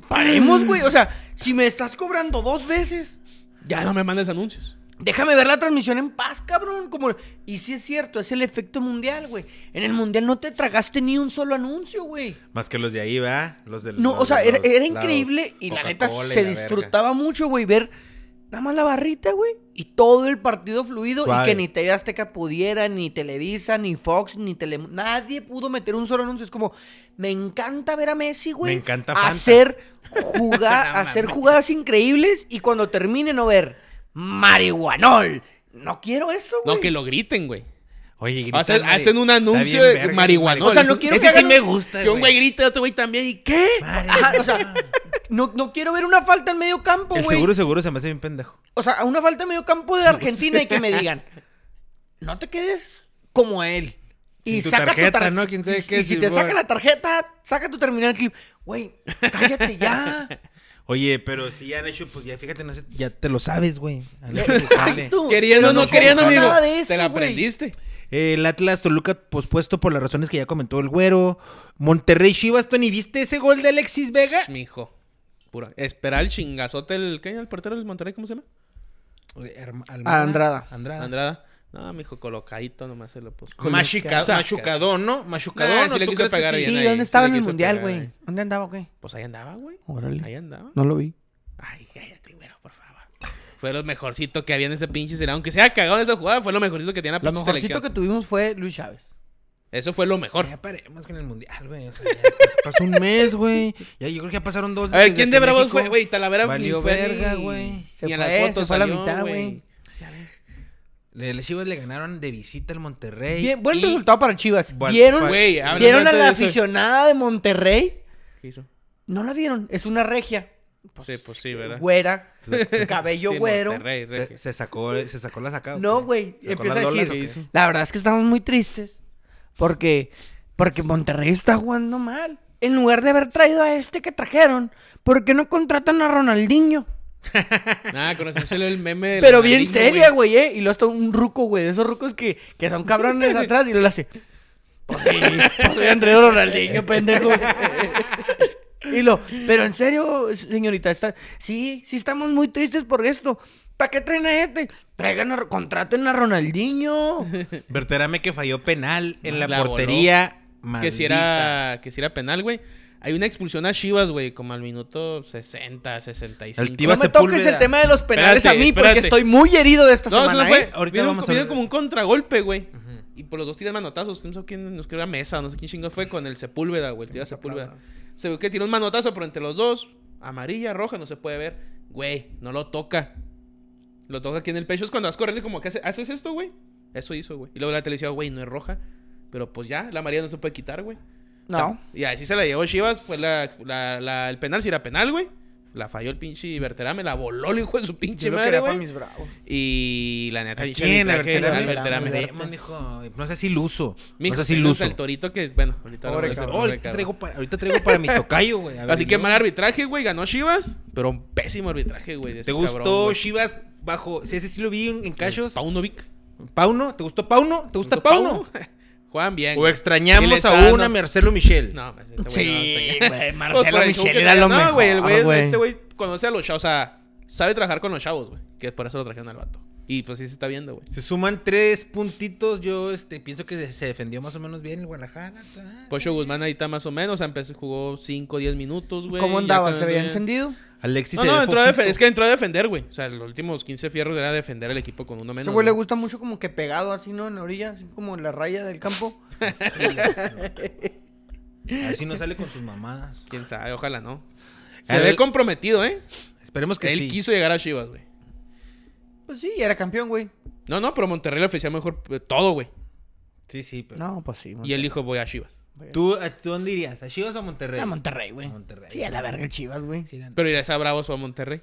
B: Paremos, güey. O sea, si me estás cobrando dos veces,
C: Ya no me mandes anuncios.
B: déjame ver la transmisión en paz, cabrón. Como... Y sí es cierto, es el efecto mundial, güey. En el mundial no te tragaste ni un solo anuncio, güey.
A: Más que los de ahí, ¿va? Los del.
B: No,
A: los
B: o sea,
A: de
B: era,
A: los
B: era
A: lados,
B: increíble y la neta
A: Coca-Cola y
B: se
A: la verga.
B: disfrutaba mucho, güey, ver Nada más la barrita, güey. Y todo el partido fluido.
A: Suave.
B: Y que ni TV Azteca pudiera, ni Televisa, ni Fox, ni Tele... Nadie pudo meter un solo anuncio. Es como, me encanta ver a Messi, güey.
A: Me encanta Fanta.
B: Hacer, jugar,
C: No
B: hacer
C: mames.
B: jugadas increíbles y cuando termine no ver marihuanol. No quiero eso, güey.
C: No, que lo griten, güey.
A: Oye,
C: Hacen-
A: gritan, mari-
C: hacen un
A: está bien
C: anuncio de
A: verga,
C: marihuana.
B: O sea, no quiero
A: Ese
B: que
A: sí
B: hagan
A: me
B: un-
A: gusta,
C: Que un güey
A: güey.
C: grite, otro güey también. ¿Y qué?
B: Ajá, o sea, no, no quiero ver una falta en medio campo,
A: El
B: güey.
A: seguro, seguro se me hace bien pendejo.
B: O sea, una falta en medio campo de Argentina y que me digan, no te quedes como él. Y
A: Sin tu
B: saca
A: tarjeta,
B: tu tar-
A: ¿no? ¿Quién sabe
B: y-
A: qué,
B: y si te
A: Simón?
B: saca la tarjeta, saca tu terminal clip. Güey, cállate ya.
A: Oye, pero si han hecho, pues ya fíjate, no sé, ya te lo sabes, güey. Han hecho su jale.
B: Exacto.
C: Queriendo o
B: Pero
C: no,
B: fue
C: queriendo, amigo.
B: nada de eso,
C: te la
B: güey.
C: aprendiste.
A: El Atlas Toluca pospuesto por las razones que ya comentó el güero. Monterrey Chivas, Tony, ¿viste ese gol de Alexis Vega?
C: Mijo. Pura. Esperar el chingazote el. ¿Qué? ¿El portero del Monterrey? ¿Cómo se llama?
A: Oye, Arma-
B: Andrada.
A: Andrada.
C: Andrada. No, mijo, colocadito nomás se lo puso.
A: Machica-
C: Saca.
A: machucadón, ¿no? Machucadón.
C: Nah,
A: ¿no?
C: sí le
A: ¿Tú
C: quiso
A: crees que
C: pegar
A: sí?
C: bien.
B: Sí,
C: ahí,
B: ¿dónde
C: sí
B: estaba
C: le
B: en el
C: quiso
B: mundial,
C: pegar,
B: güey?
C: eh.
B: ¿Dónde andaba, güey?
C: Pues ahí andaba, güey.
B: Órale.
C: Ahí andaba.
B: No lo vi.
C: Ay, cállate, güero, por favor. Fue lo mejorcito que había en ese pinche selección. Aunque sea cagado en esa jugada, fue lo mejorcito que tenía la
B: Lo
C: pinche
B: mejorcito Eh,
C: selección.
B: que tuvimos fue Luis Chávez.
C: Eso fue lo mejor.
A: Ya paremos con el mundial, güey. O sea, ya pas- pasó un mes, güey. Ya yo creo que ya pasaron
B: pues,
A: dos.
C: A ver,
A: desde
C: ¿quién
A: que
C: de Bravos
A: México
C: fue? Güey, Talavera
A: Valió
C: ni fue
A: verga,
C: ni-
A: güey.
B: Se
C: Ni a
B: fue,
C: las
B: se
C: fotos
B: fue a la
C: salió,
B: mitad, güey.
C: güey.
A: Le- Las Chivas le ganaron de visita al Monterrey.
B: Bien, buen
A: y-
B: resultado para Chivas.
A: Bueno,
B: ¿Vieron,
A: fue-
C: Güey, háblame
B: ¿vieron a
C: antes
B: la
C: de eso.
B: aficionada de Monterrey?
C: ¿Qué hizo?
B: No la vieron, es una regia.
C: Sí, pues sí, ¿verdad?
B: Güera, cabello
C: Sí,
B: güero.
C: Monterrey,
A: Se,
C: regio.
A: se sacó, se sacó la sacada.
B: No, güey,
A: ¿Se sacó
B: empieza
A: las
B: a
A: dolas
B: decir,
A: Ah, o qué?
C: Sí, sí.
B: La verdad es que estamos muy tristes porque porque Monterrey está jugando mal. En lugar de haber traído a este que trajeron, ¿por qué no contratan a Ronaldinho?
C: Nada, con razón salió el meme del
B: Pero bien
C: Ronaldinho,
B: seria, güey, ¿eh? Y luego está un ruco, güey, de esos rucos que, que son cabrones atrás y lo hace. Pues sí, pues hubieran traído a Ronaldinho, pendejos. Y lo, pero en serio, señorita, está, sí, sí estamos muy tristes por esto. ¿Para qué traen a este? Traigan a, contraten a Ronaldinho.
A: Berterame que falló penal en la,
C: La voló.
A: portería.
C: Que si, era, que si era penal, güey. Hay una expulsión a Chivas, güey, como al minuto 60, 65.
A: El Tiva
B: no me
A: Sepúlveda.
B: toques el tema de los penales
C: Espérate,
B: a mí porque
C: espérate.
B: estoy muy herido de esta
C: no, eso
B: semana,
C: no fue.
B: ¿eh?
A: Ahorita
C: Ahorita
A: vamos a
C: vino
A: hablar.
C: como un contragolpe, güey.
A: Ujú.
C: Y por los dos tiran manotazos. No sé quién nos creó la mesa, no sé quién chingo fue con el Sepúlveda, güey. El tira Sepúlveda. Se ve que tiene un manotazo, pero entre los dos, amarilla, roja, no se puede ver. Güey, no lo toca. Lo toca aquí en el pecho. Es cuando vas corriendo y como que hace- haces esto, güey. Eso hizo, güey. Y luego la televisión, güey, no es roja. Pero pues ya, la amarilla no se puede quitar, güey. O sea,
B: No.
C: y así se la llevó Chivas, pues la, la- la- el penal, si era penal, güey. La falló el pinche Berterame, la voló el hijo de su pinche
B: Yo lo
C: madre,
B: quería para
C: güey.
B: mis bravos.
C: Y la neta,
A: ¿A
C: pinche
A: quién? ¿A
C: arbitraje,
A: Berterame?
C: al Berterame.
B: Berterame.
A: Vemos, mijo. No seas iluso.
C: Mijo,
A: no seas
C: tenemos
A: iluso.
C: al torito que, bueno, ahorita
B: Pobre
C: vamos a
B: cabrón.
A: Oh,
C: poner,
A: ahorita,
C: cabrón.
A: traigo para, ahorita traigo para mi tocayo, güey. A ver,
C: Así que
A: ¿no?
C: mal arbitraje, güey. Ganó Chivas, pero un pésimo arbitraje, güey. de ese
A: ¿Te gustó
C: cabrón, güey.
A: Chivas bajo? Sí, ese sí lo vi en, en cachos.
C: Paunovic.
A: ¿Pauno? ¿Te gustó Pauno? ¿Te gusta
C: ¿Gustó
A: Pauno?
C: Juegan bien.
A: ¿O
C: güey. Sí le
A: extrañamos
C: está
A: aún a
C: dando-
A: Marcelo Michel?
C: No, pues, ese güey
B: Sí,
C: no,
B: güey,
C: Pues, por
B: Marcelo
C: el show
B: Michel
C: que
B: era lo
C: traía. No, güey, el
B: mejor,
C: güey es-
B: güey.
C: este güey conoce a los chavos, o sea, sabe trabajar con los chavos, güey. Que por eso lo trajeron al vato. Y pues sí se está viendo, güey.
A: Se suman tres puntitos. Yo este, pienso que se defendió más o menos bien el Guadalajara. Ah.
C: Pocho Guzmán ahí está más o menos, o sea, empezó, jugó 5 10 minutos, güey.
B: ¿Cómo
C: ya
B: andaba?
C: cambió
B: ¿Se veía
C: bien.
B: encendido?
A: Alexis
C: No,
A: se
C: no,
A: ve
C: entró a defen-
A: fofito.
C: es que entró a defender, güey. O sea, los últimos 15 fierros era defender al equipo con uno menos.
B: Ese güey le
C: güey.
B: gusta mucho como que pegado así, ¿no? En la orilla, así como en la raya del campo.
A: A ver si no sale con sus mamadas.
C: Quién sabe, ojalá no. Se
A: Al-
C: ve comprometido, ¿eh?
A: Esperemos que
C: Él
A: sí.
C: quiso llegar a Chivas, güey.
B: Pues sí, era campeón, güey.
C: No, no, pero Monterrey le ofrecía mejor eh, todo, güey.
A: Sí, sí, pero.
B: No, pues sí.
C: Y él dijo, voy a Chivas.
A: ¿Tú, a- tú dónde irías? ¿A Chivas o a Monterrey?
B: A Ah, Monterrey, güey.
A: A Monterrey.
B: Sí, a la verga el Chivas, güey.
A: Sí, la-
C: Pero irás a Bravos o a Monterrey.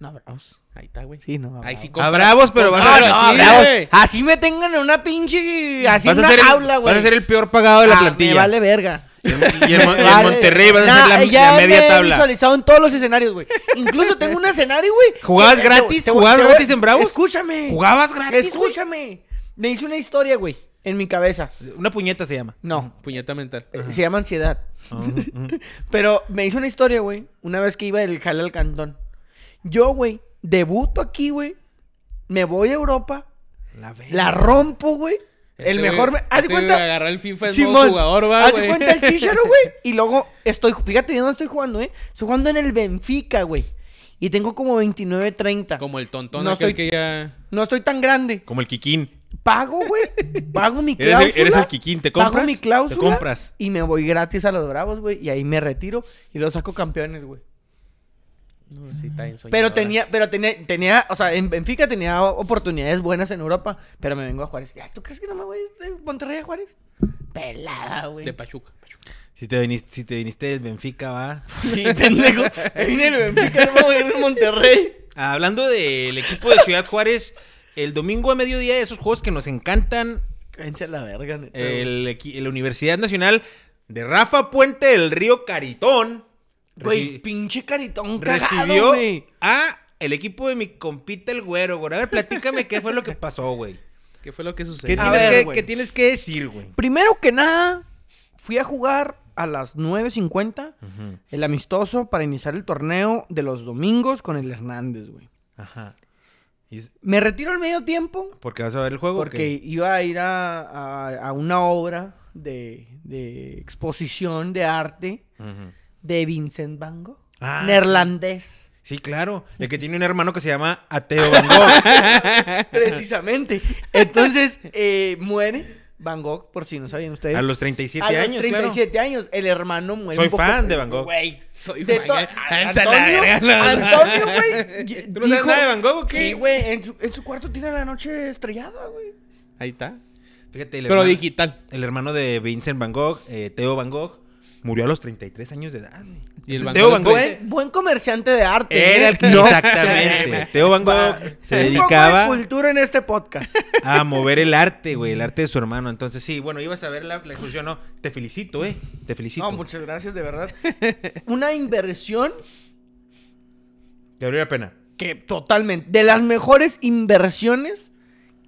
B: No, bravos.
C: Ahí está, güey.
B: Sí, no.
C: Ahí sí
A: A
C: compra-
A: Bravos, pero vas
C: Ah,
A: a,
B: No, no,
C: sí,
B: bravos.
C: güey.
B: Así me tengan en una pinche. Así
A: vas a
B: una
A: ser el,
B: jaula, güey.
A: vas a ser el peor pagado de la
B: Ah,
A: plantilla.
B: Me vale verga.
A: Y en, y en Mon- y en
B: Vale.
A: Monterrey vas a
B: Nah,
A: ser la,
B: ya
A: la media
B: me he
A: tabla.
B: visualizado en todos los escenarios, güey. Incluso tengo un escenario, güey.
A: ¿Jugabas
B: Te- te-
A: gratis?
B: te- te-
A: ¿Jugabas
B: te-
A: gratis en Bravos?
B: Escúchame.
A: ¿Jugabas gratis? güey?
B: Escúchame. Me hice una historia, güey, en mi cabeza.
A: Una puñeta se llama. Mm,
B: No,
C: Puñeta mental.
B: eh, se llama ansiedad. Pero me hice una historia, güey, una vez que iba del jale al cantón. Yo, güey, debuto aquí, güey. Me voy a Europa,
A: La verga.
B: la rompo, güey. el
C: Este
B: mejor...
C: güey-
B: me- Haz de
C: este güey
B: cuenta...
C: agarró el FIFA en modo
B: Simón,
C: jugador, va,
B: haz de
C: güey.
B: cuenta el chicharo, güey. Y luego estoy... Fíjate, yo no estoy jugando, ¿eh? Estoy jugando en el Benfica, güey. Y tengo como 29, 30.
C: Como el tontón
B: No
C: aquel
B: estoy-
C: que ya...
B: No estoy tan grande.
A: Como el Kikín.
B: Pago, güey. Pago mi
A: Eres
B: cláusula.
A: el, eres el Kikín, te compras.
B: Pago mi cláusula.
A: Te compras.
B: Y me voy gratis a los Bravos, güey. Y ahí me retiro y los saco campeones, güey.
C: No, sí, está bien
B: Pero
C: soñadora.
B: tenía, pero tenía, tenía, o sea, en Benfica tenía oportunidades buenas en Europa, pero me vengo a Juárez. Ya, ¿Tú crees que no me voy de Monterrey a Juárez? Pelada, güey.
C: De Pachuca. Pachuca.
A: Si te viniste, si te viniste del Benfica, va.
B: Sí, pendejo. Me vine de Benfica, no me voy a ir de Monterrey.
A: Ah, Hablando del equipo de Ciudad Juárez, el domingo a mediodía, esos juegos que nos encantan,
B: Cancha la verga, neta. güey.
A: el, equi- la Universidad Nacional de Rafa Puente del Río Caritón.
B: Güey,
A: reci-
B: pinche caritón cagado,
A: recibió
B: güey.
A: a el equipo de mi compita el güero, güey. A ver, platícame qué fue lo que pasó, güey.
C: ¿Qué fue lo que
A: ¿Qué,
C: sucedió? Ah,
B: A
A: tienes,
B: ver,
A: que,
B: güey.
A: qué tienes que decir, güey?
B: Primero que nada, fui a jugar a las 9.50 el amistoso para iniciar el torneo de los domingos con el Hernández, güey.
A: Ajá. Y es-
B: Me retiro al medio tiempo
A: ¿Porque vas a ver el juego? o
B: porque
A: qué?
B: iba a ir a, a- a una obra de, de exposición de arte
A: Ujú.
B: de Vincent Van Gogh,
A: Ah,
B: neerlandés.
A: Sí, claro. El que tiene un hermano que se llama Ateo Van Gogh.
B: Precisamente. Entonces, eh, muere Van Gogh, por si no sabían ustedes.
A: A los 37
B: A los
A: años, claro.
B: 37 años, el hermano muere.
A: Soy
B: un poco-
A: fan de Van Gogh.
B: Güey,
C: Soy
B: de
C: fan.
B: to-
C: Esa es la
B: Antonio,
C: verga, no, no.
B: Antonio, güey.
A: ¿Tú no sabes
B: dijo-
A: nada de Van Gogh o qué?
B: Sí, güey, en su, en su cuarto tiene la noche estrellada, güey.
C: Ahí está.
A: Fíjate, el
C: Pero
A: hermano-
C: digital.
A: El hermano de Vincent Van Gogh, eh, Theo Van Gogh, murió a los 33 años de edad. güey.
C: Y el Van
A: Theo
C: Gogh
A: Van Gogh
C: fue-
A: se-
B: Buen, buen comerciante de arte.
A: era
B: ¿eh?
A: el exactamente. Theo Van
B: Va-
A: Gogh se
B: Un poco de
A: dedicaba
B: cultura en este podcast.
A: a mover el arte, güey, el arte de su hermano. Entonces, sí, bueno, ibas a ver la, la exposición, no, te felicito, eh, te felicito.
B: No,
A: Te
B: muchas gracias, de verdad. Una inversión
A: valió la pena.
B: que totalmente... De las mejores inversiones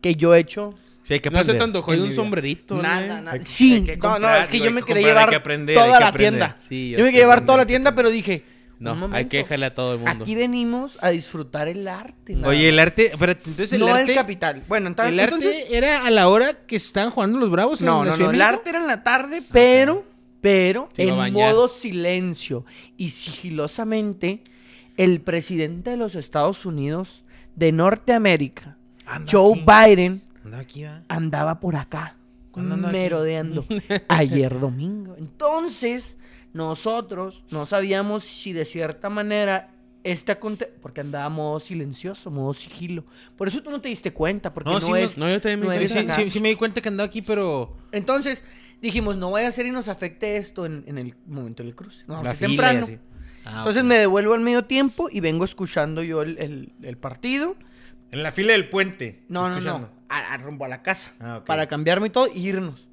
B: que yo he hecho.
A: Sí, hay que
C: No se
A: aprender.
C: te antojó de
B: En
C: un
B: mi
C: sombrerito.
B: Nada,
C: güey?
B: nada.
A: Hay-
B: Sí.
A: hay que comprar,
B: no, no, es que
A: digo,
B: yo
A: hay
B: me
A: que
B: quería
A: comprar, hay
B: llevar
A: que aprender, hay
B: toda
A: que
B: la
A: aprender.
B: tienda.
C: Sí,
B: yo
C: yo
B: me
C: sé,
B: quería llevar toda la
C: pendejo.
B: tienda, pero dije... un
C: No, hay
B: momento,
C: que dejarle a todo el mundo.
B: Aquí venimos a disfrutar el arte. nada
A: Oye, el arte, pero entonces
B: más.
A: el
B: no
A: arte,
B: el capital. Bueno, enta-
A: el arte
B: entonces...
A: era a la hora que estaban jugando los Bravos. en
B: No,
A: la
B: no, no.
A: Ciudad de
B: El
A: México.
B: arte era en la tarde, pero, pero
C: Se iba a
B: en
C: bañar.
B: modo silencio y sigilosamente, el presidente de los Estados Unidos de Norteamérica,
A: Anda
B: Joe
A: aquí.
B: Biden,
A: Andaba aquí, va.
B: andaba por acá,
A: ¿Cuándo andaba aquí?
B: merodeando, ayer domingo. Entonces, nosotros no sabíamos si de cierta manera... Este aconte- porque andaba modo silencioso, modo sigilo. Por eso tú no te diste cuenta, porque
A: No,
B: no,
A: sí me-
B: es...
C: No, yo también me
B: No
C: di
A: Sí,
B: eres
C: cuenta.
A: sí,
B: acá.
A: sí, sí me di cuenta que andaba aquí, pero
B: Entonces dijimos, no vaya a ser y nos afecte esto en, en el momento del cruce. No,
A: la
B: así
A: fila y
B: temprano.
A: así. Ah,
B: Entonces
A: ok.
B: me devuelvo al medio tiempo y vengo escuchando yo el, el- el partido.
A: En la fila del puente.
B: No, no,
A: escuchando.
B: no. A, a rumbo a la casa.
A: Ah, ok.
B: Para cambiarme y todo y irnos.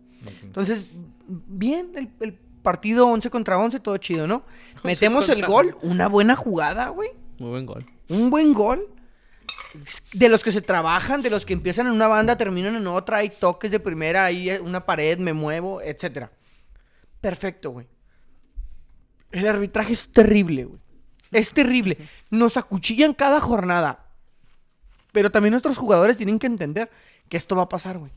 B: Entonces, bien, el, el partido 11 contra 11, todo chido, ¿no? Metemos el
C: contra
B: gol, una buena jugada, güey.
C: Muy buen gol.
B: Un buen gol. De los que se trabajan, de los que empiezan en una banda, terminan en otra, hay toques de primera, hay eh, una pared, me muevo, etcétera. Perfecto, güey. El arbitraje es terrible, güey. Es terrible. Nos acuchillan cada jornada. Pero también nuestros jugadores tienen que entender que esto va a pasar, güey.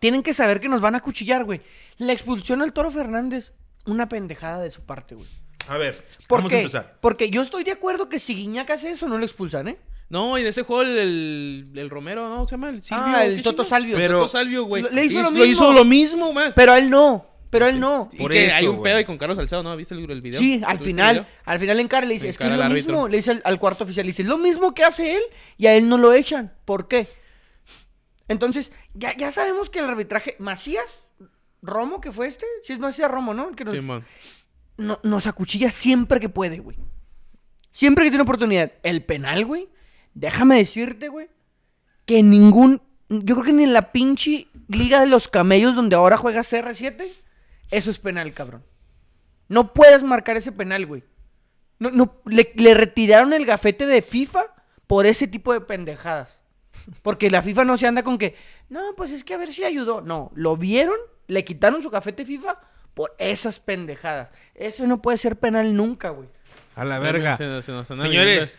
B: Tienen que saber que nos van a acuchillar, güey. La expulsión al Toro Fernández, una pendejada de su parte, güey.
A: A ver,
B: ¿Por
A: vamos
B: qué?
A: a empezar.
B: Porque yo estoy de acuerdo que si Guiñac hace eso, no lo expulsan, ¿eh?
C: No, y en ese juego el, el, el Romero, ¿no? Se llama el Silvio.
B: ah, el
C: ¿qué
B: Toto
C: chingo?
B: Salvio.
A: Pero-
C: Toto Salvio, güey.
B: Le- le hizo lo
C: Lo hizo
B: mismo.
C: lo mismo, más.
B: Pero a él no. Pero a él no.
C: Y
A: Por
C: que
A: eso,
C: hay un
A: güey.
C: pedo ahí con Carlos Salcedo, ¿no? ¿Viste el, el video?
B: Sí, al
C: ¿Tuviste el
B: final,
C: video?
B: al final encara le dice,
C: Le
B: es que es
C: encara
B: lo
C: al árbitro.
B: mismo, le dice al, al cuarto oficial, le dice, es lo mismo que hace él y a él no lo echan. ¿Por qué? Entonces, ya, ya sabemos que el arbitraje, Macías, Romo, que fue este, si es Macías Romo, ¿no? El que nos-
C: Simón.
B: no- nos acuchilla siempre que puede, güey. Siempre que tiene oportunidad. El penal, güey. Déjame decirte, güey. Que ningún. Yo creo que ni en la pinche Liga de los Camellos donde ahora juega CR7. Eso es penal, cabrón. No puedes marcar ese penal, güey. No, no, le, le retiraron el gafete de FIFA por ese tipo de pendejadas. Porque la FIFA no se anda con que, no, pues es que a ver si ayudó. No, lo vieron, le quitaron su gafete FIFA por esas pendejadas. Eso no puede ser penal nunca, güey.
A: A la verga.
C: Se nos- se nos andan
A: Señores,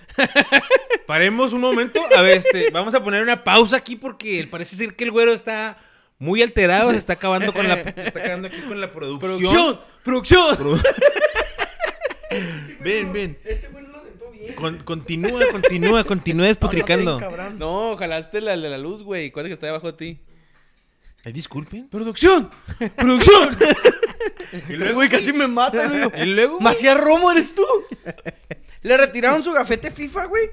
A: paremos un momento. A ver, este, vamos a poner una pausa aquí porque parece ser que el güero está muy alterado, se está acabando con la, se está acabando aquí con la producción.
C: ¡Producción! ¡Producción!
A: Ven, ven.
B: Este güey no lo sentó bien.
A: Con- continúa, continúa, continúa despotricando.
C: No, jalaste la de la luz, güey. ¿Cuál es que está debajo de ti?
A: Ay, disculpen.
C: ¡Producción! ¡Producción!
A: Y
B: El
A: luego,
B: güey casi me mata, luego.
A: y luego, güey.
B: Macías Romo, eres tú. Le retiraron su gafete FIFA, güey.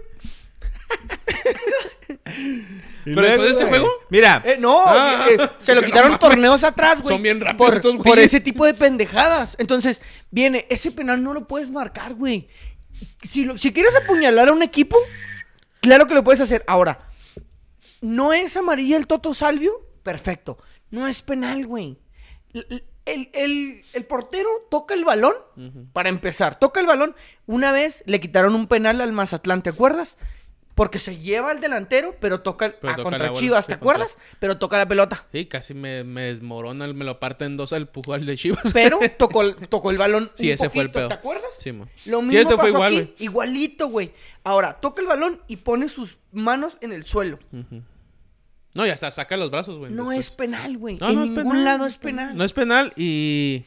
A: Y
C: ¿Pero
A: luego,
C: después de este
A: güey.
C: juego?
A: Mira,
B: Eh, no,
C: Ah.
B: eh, se lo
C: No
B: quitaron
C: mames.
B: torneos atrás, güey.
C: Son bien rápidos
B: por,
C: estos güeyes.
B: por ese tipo de pendejadas. Entonces, viene, ese penal no lo puedes marcar, güey. Si, lo- si quieres apuñalar a un equipo, claro que lo puedes hacer. Ahora, ¿no es amarilla el Toto Salvio? Perfecto. No es penal, güey. El, el- el- el portero toca el balón,
C: Ujú.
B: para empezar, toca el balón. Una vez le quitaron un penal al Mazatlán, ¿te acuerdas? Porque se lleva al delantero, pero toca,
C: Pero
B: a
C: toca la
B: contra
C: bola,
B: Chivas,
C: sí,
B: ¿te
C: contra-
B: acuerdas? Pero toca la pelota.
C: Sí, casi me, me desmorona, me lo parte en dos al pujal de Chivas.
B: Pero tocó, el- tocó el balón.
C: Sí,
B: un
C: ese fue el
B: poquito,
C: pedo.
B: ¿Te acuerdas?
C: Sí, mo.
B: Lo
C: Sí,
B: mismo
C: este
B: pasó
C: fue igual,
B: aquí,
C: güey.
B: igualito, güey. Ahora, toca el balón y pone sus manos en el suelo.
C: Ujú. No, y hasta saca los brazos, güey.
B: No
C: pues, después.
B: es penal, güey.
C: No,
B: en
C: no es
B: ningún
C: penal,
B: lado
C: no
B: es penal.
C: No es penal y.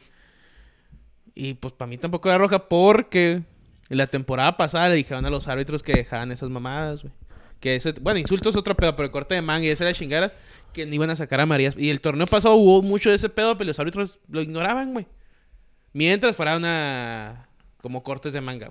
C: Y pues para mí tampoco era roja porque la temporada pasada le dijeron a los árbitros que dejaran esas mamadas, güey. Que ese, bueno, insultos otro pedo, pero el corte de manga y esa era chingaras que no iban a sacar a Marías. Y el torneo pasado hubo mucho de ese pedo, pero los árbitros lo ignoraban, güey. Mientras fuera una. como cortes de manga,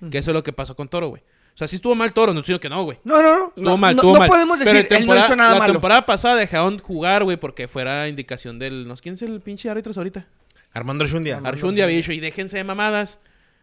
C: güey. Que eso es lo que pasó con Toro, güey. O sea, sí estuvo mal Toro, no sino que no, güey.
B: No, no, no.
C: Estuvo
B: No,
C: mal,
B: no-
C: estuvo
B: no
C: mal.
B: podemos
C: Pero
B: decir,
C: en
B: él no
C: temporada-
B: hizo nada
C: la
B: malo.
C: temporada pasada dejaron jugar, güey, porque fuera indicación del... ¿nos- ¿Quién es el pinche árbitros ahorita?
A: Armando Archundia.
B: Armando
C: Archundia había dicho, y déjense de mamadas.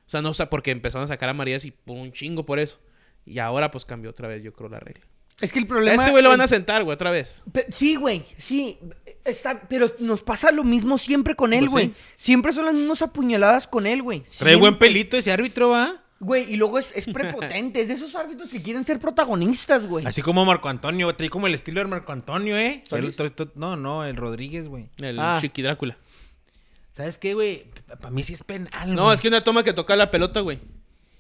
C: O sea, no, o sea, porque empezaron a sacar a Marías y por un chingo por eso. Y ahora, pues, cambió otra vez, yo creo, la regla.
B: Es que el
C: A
B: problema...
C: ese güey lo van a
B: el-
C: sentar, güey, otra vez.
B: Pe- Sí, güey, sí. Está, pero nos pasa lo mismo siempre con él,
C: Pues
B: güey.
C: sí.
B: Siempre son las mismas apuñaladas con él, güey.
A: Trae
B: Siempre.
A: buen pelito ese árbitro, va.
B: Güey, y luego es, es prepotente. es de esos árbitros que quieren ser protagonistas, güey.
A: Así como Marco Antonio, trae como el estilo de Marco Antonio, ¿eh?
C: ¿Solís?
A: El otro- to- no, no, el Rodríguez, güey.
C: El
B: Ah.
C: Chiqui Drácula.
A: ¿Sabes qué, güey? Para mí sí es penal.
C: No,
A: güey.
C: es que una toma que toca la pelota, güey.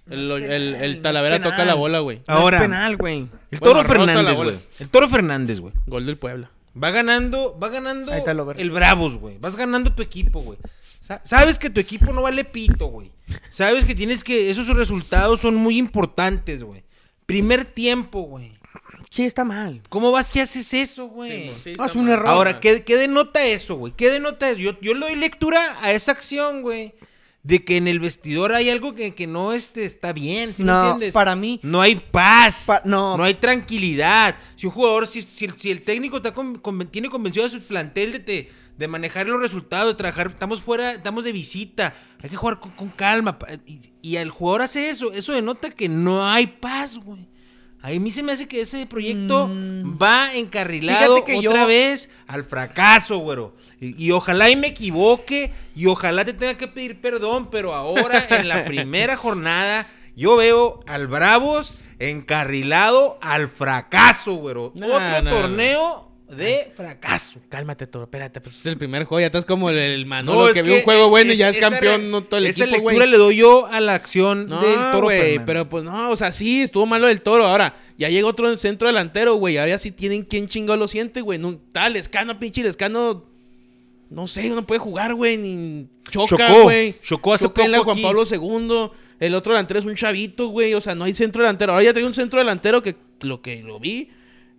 C: El,
B: No es
C: el- el
B: penal, no es
C: Talavera toca
B: penal.
C: la bola, güey.
B: No es
A: Ahora.
B: penal, güey.
A: El
C: Bueno,
A: Toro
C: roza la
A: Fernández,
C: bola.
A: güey. El Toro Fernández, güey.
C: Gol del Puebla.
A: Va ganando, va ganando
B: Ahí está el over.
A: el Bravos, güey. Vas ganando tu equipo, güey. Sa- Sabes que tu equipo no vale pito, güey. Sabes que tienes que. Esos resultados son muy importantes, güey. Primer tiempo, güey.
B: Sí, está mal.
A: ¿Cómo vas que haces eso, güey?
B: Ah, es un error.
A: Ahora, ¿qué, qué denota eso, güey? ¿Qué denota eso? Yo, yo le doy lectura a esa acción, güey. De que en el vestidor hay algo que, que no este, está bien, ¿sí me
B: No,
A: entiendes?
B: para mí-
A: No hay paz.
B: Pa- no.
A: no. hay tranquilidad. Si un jugador, si, si el- si el técnico está con- conven- tiene convencido a su plantel de, te- de manejar los resultados, de trabajar, estamos fuera, estamos de visita, hay que jugar con, con calma. pa- Y, y el jugador hace eso, eso denota que no hay paz, güey. A mí se me hace que ese proyecto
B: Mm.
A: va encarrilado
B: Fíjate que
A: otra
B: yo-
A: vez al fracaso, güero. Y, y ojalá y me equivoque y ojalá te tenga que pedir perdón, pero ahora en la primera jornada yo veo al Bravos encarrilado al fracaso, güero.
C: No,
A: Otro
C: no,
A: torneo de fracaso.
C: Cálmate, Toro, espérate, pues es el primer juego, ya estás como el, el
A: No,
C: Manolo que
A: es
C: vio un
A: que
C: juego bueno y
A: es-
C: ya es
A: esa
C: campeón,
A: re-
C: no todo el
A: Esa
C: equipo,
A: lectura
C: güey.
A: le doy yo a la acción
C: No,
A: del toro
C: güey,
A: Fernández.
C: pero pues no, o sea, sí, estuvo malo el toro. Ahora, ya llega otro centro delantero, güey. Ahora sí tienen quien chingado lo siente, güey. No, tal, Escano, pinche Escano. No sé, no puede jugar, güey. Ni choca,
A: Chocó,
C: güey.
A: chocó hace
C: Choca en la
A: poco
C: Juan
A: aquí.
C: Pablo II. El otro delantero es un chavito, güey. O sea, no hay centro delantero. Ahora ya trae un centro delantero que lo que lo vi.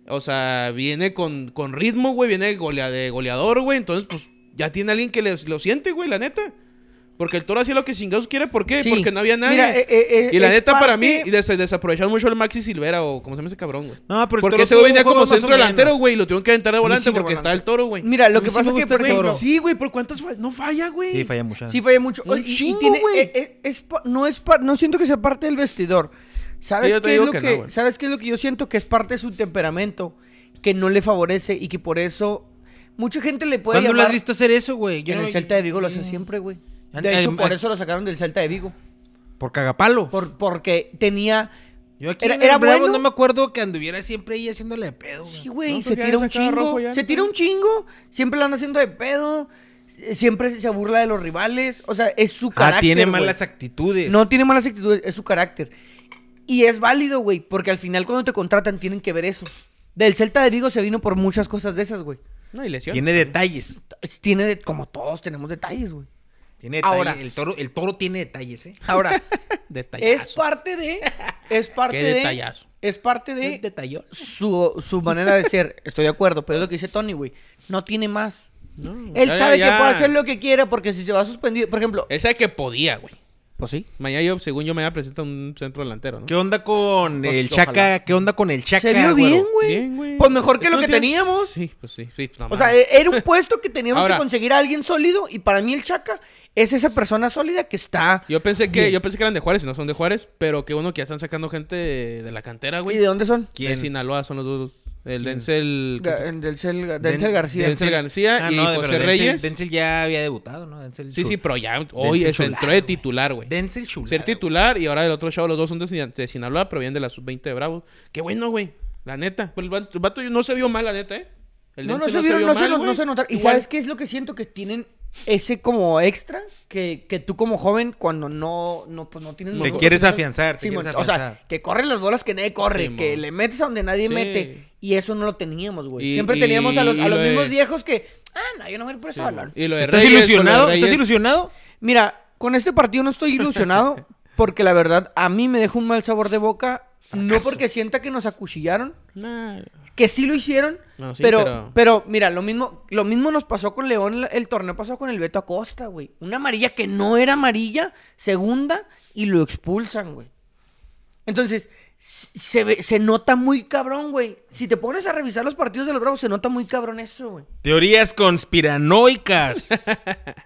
C: O sea, viene con, con ritmo, güey. Viene golea- de goleador, güey. Entonces, pues, ya tiene alguien que les- lo siente, güey, la neta. Porque el toro hacía lo que chingados quiere. ¿Por qué?
B: Sí.
C: Porque no había nadie.
B: Mira, eh, eh, eh,
C: Y la
B: es
C: neta, para mí,
B: parte-
C: des- desaprovecharon mucho el Maxi Silvera o como se llama ese cabrón, güey.
A: No, pero el
C: porque
A: Toro
C: ese
A: tuvo
C: güey
A: un
C: venía
A: juego
C: como
A: más o
C: centro delantero,
A: menos.
C: güey, y lo tuvieron que aventar
B: mí
C: de
B: sí
C: volante
B: me
C: porque
B: volante.
C: está el toro, güey.
B: Mira, lo
A: A mí
B: que
A: sí
B: pasa
A: me
B: es que,
A: gusta
B: por
A: el
B: ejemplo,
A: Toro.
B: sí,
C: Sí, güey, ¿por cuántas fallas? No falla, güey.
A: Sí, falla mucho.
B: falla mucho.
C: Un
B: Y- y
C: chingo,
B: tiene-
C: güey.
B: eh, eh, es pa- no, es pa- no siento que sea parte del vestidor. ¿Sabes,
C: Sí, yo te
B: qué, es
C: digo
B: lo
C: que
B: que,
C: no, güey.
B: ¿Sabes qué es lo que yo siento? Que es parte de su temperamento, que no le favorece y que por eso mucha gente le puede
A: ¿Cuándo lo
B: llamar...
A: has visto hacer eso, güey? Yo
B: en
A: no- Mm.
B: el Celta de Vigo lo hacen siempre, güey.
A: An-
B: De
C: eh,
B: hecho,
A: an-
B: por
A: an-
B: eso lo sacaron del Celta de Vigo.
A: Por cagapalo.
B: Por, porque tenía.
A: Yo aquí
B: Era-
A: en el
B: era
A: Bravos
B: bueno.
A: no me acuerdo que anduviera siempre ahí haciéndole de pedo. güey.
B: Sí, güey,
C: No,
B: se
C: pues ya
B: tira
C: le
B: un
C: sacaba
B: chingo.
C: rojo ya,
B: se
C: ¿no?
B: tira un chingo. Siempre lo anda haciendo de pedo. eh, Siempre se burla de los rivales. O sea, es su carácter.
A: ah, tiene
B: güey.
A: malas actitudes.
B: No tiene malas actitudes, es su carácter. Y es válido, güey, porque al final cuando te contratan tienen que ver eso. Del Celta de Vigo se vino por muchas cosas de esas, güey.
C: No, y lesión.
A: tiene detalles.
B: Tiene, de- como todos tenemos detalles, güey.
A: Tiene detalles.
B: Ahora.
A: El, toro, el toro tiene detalles, ¿eh?
B: Ahora,
C: Detallazo.
B: Es parte de. Es parte
C: Qué
B: de.
C: detallazo.
B: Es parte de.
A: detalló.
B: su, su manera de ser. Estoy de acuerdo, pero es lo que dice Tony, güey. No tiene más. Él
C: Ya,
B: sabe
C: ya.
B: que puede hacer lo que quiera porque si se va suspendido, por ejemplo.
C: Él sabe que podía, güey.
B: Eh, Pues sí.
C: Mañana yo, según yo, me presenta un centro delantero, ¿no?
A: ¿Qué onda con
C: Pues,
A: el
C: ojalá.
A: Chaca? ¿Qué onda con el Chaca?
B: Se vio
A: güero?
B: bien, güey.
C: Bien, güey.
B: Pues mejor que
C: Es
B: lo que
C: no tiene-
B: teníamos.
C: Sí, pues sí. sí, pues, no
B: O sea,
C: mames.
B: e- era un puesto que teníamos
C: Ahora-
B: que conseguir a alguien sólido y para mí el Chaca es esa persona sólida que está.
C: yo pensé que
B: bien.
C: yo pensé que eran de Juárez y no son de Juárez, pero que bueno que ya están sacando gente de, de la cantera,
B: ¿Y
C: güey.
B: de dónde son?
C: De
A: ¿Quién?
C: Sinaloa son los dos. El
A: ¿Quién?
C: Denzel.
B: Ga- Denzel, Ga- Denzel
A: Den-
B: García.
C: Denzel García
A: Ah,
C: y José
A: pero
C: Reyes.
A: Denzel, Denzel ya había debutado, ¿no? Denzel
C: Sí,
A: Chul-
C: sí, pero ya hoy
A: Denzel
C: es, entró
A: Chulada,
C: de
A: güey.
C: titular, güey.
A: Denzel Chulada.
C: Ser titular y ahora del otro show, los dos son de, Sin- de Sinaloa, pero vienen de la sub-20 de Bravos. Qué bueno, güey. La neta. Pues el vato, el vato no se vio mal, la neta, ¿eh? El
B: No, no
C: Denzel
B: se vieron, no se, no-
C: güey.
B: no se notaron. ¿Y
C: Igual-
B: sabes qué es lo que siento? Que tienen ese como extra que, que tú como joven cuando no, no, pues no tienes...
A: Te
B: motor,
A: quieres
B: no tienes-
A: afianzar, te
B: Simón,
A: quieres
B: o sea,
A: afianzar.
B: que corren las bolas que nadie corre,
C: Simón.
B: que le metes a donde nadie
C: Sí.
B: mete. Y eso no lo teníamos, güey.
C: Y-
B: Siempre
C: y-
B: teníamos a los,
C: y
B: a los
C: lo
B: mismos
C: de-
B: viejos que... Ah, no, yo no voy a ir por ese
C: Sí,
B: balón".
C: y lo de
A: ¿Estás
C: Reyes, con lo de
A: ilusionado? ¿Estás
C: Reyes.
A: ilusionado?
B: Mira, con este partido no estoy ilusionado porque la verdad a mí me dejó un mal sabor de boca. No porque sienta que nos acuchillaron,
C: Nah.
B: que sí lo hicieron,
C: No, sí,
B: pero,
C: pero-
B: pero... mira, lo mismo, lo mismo nos pasó con León la- el torneo pasado con el Beto Acosta, güey. Una amarilla que no era amarilla, segunda, y lo expulsan, güey. Entonces, s- se, ve- se nota muy cabrón, güey. Si te pones a revisar los partidos de los Bravos, se nota muy cabrón eso, güey.
A: Teorías conspiranoicas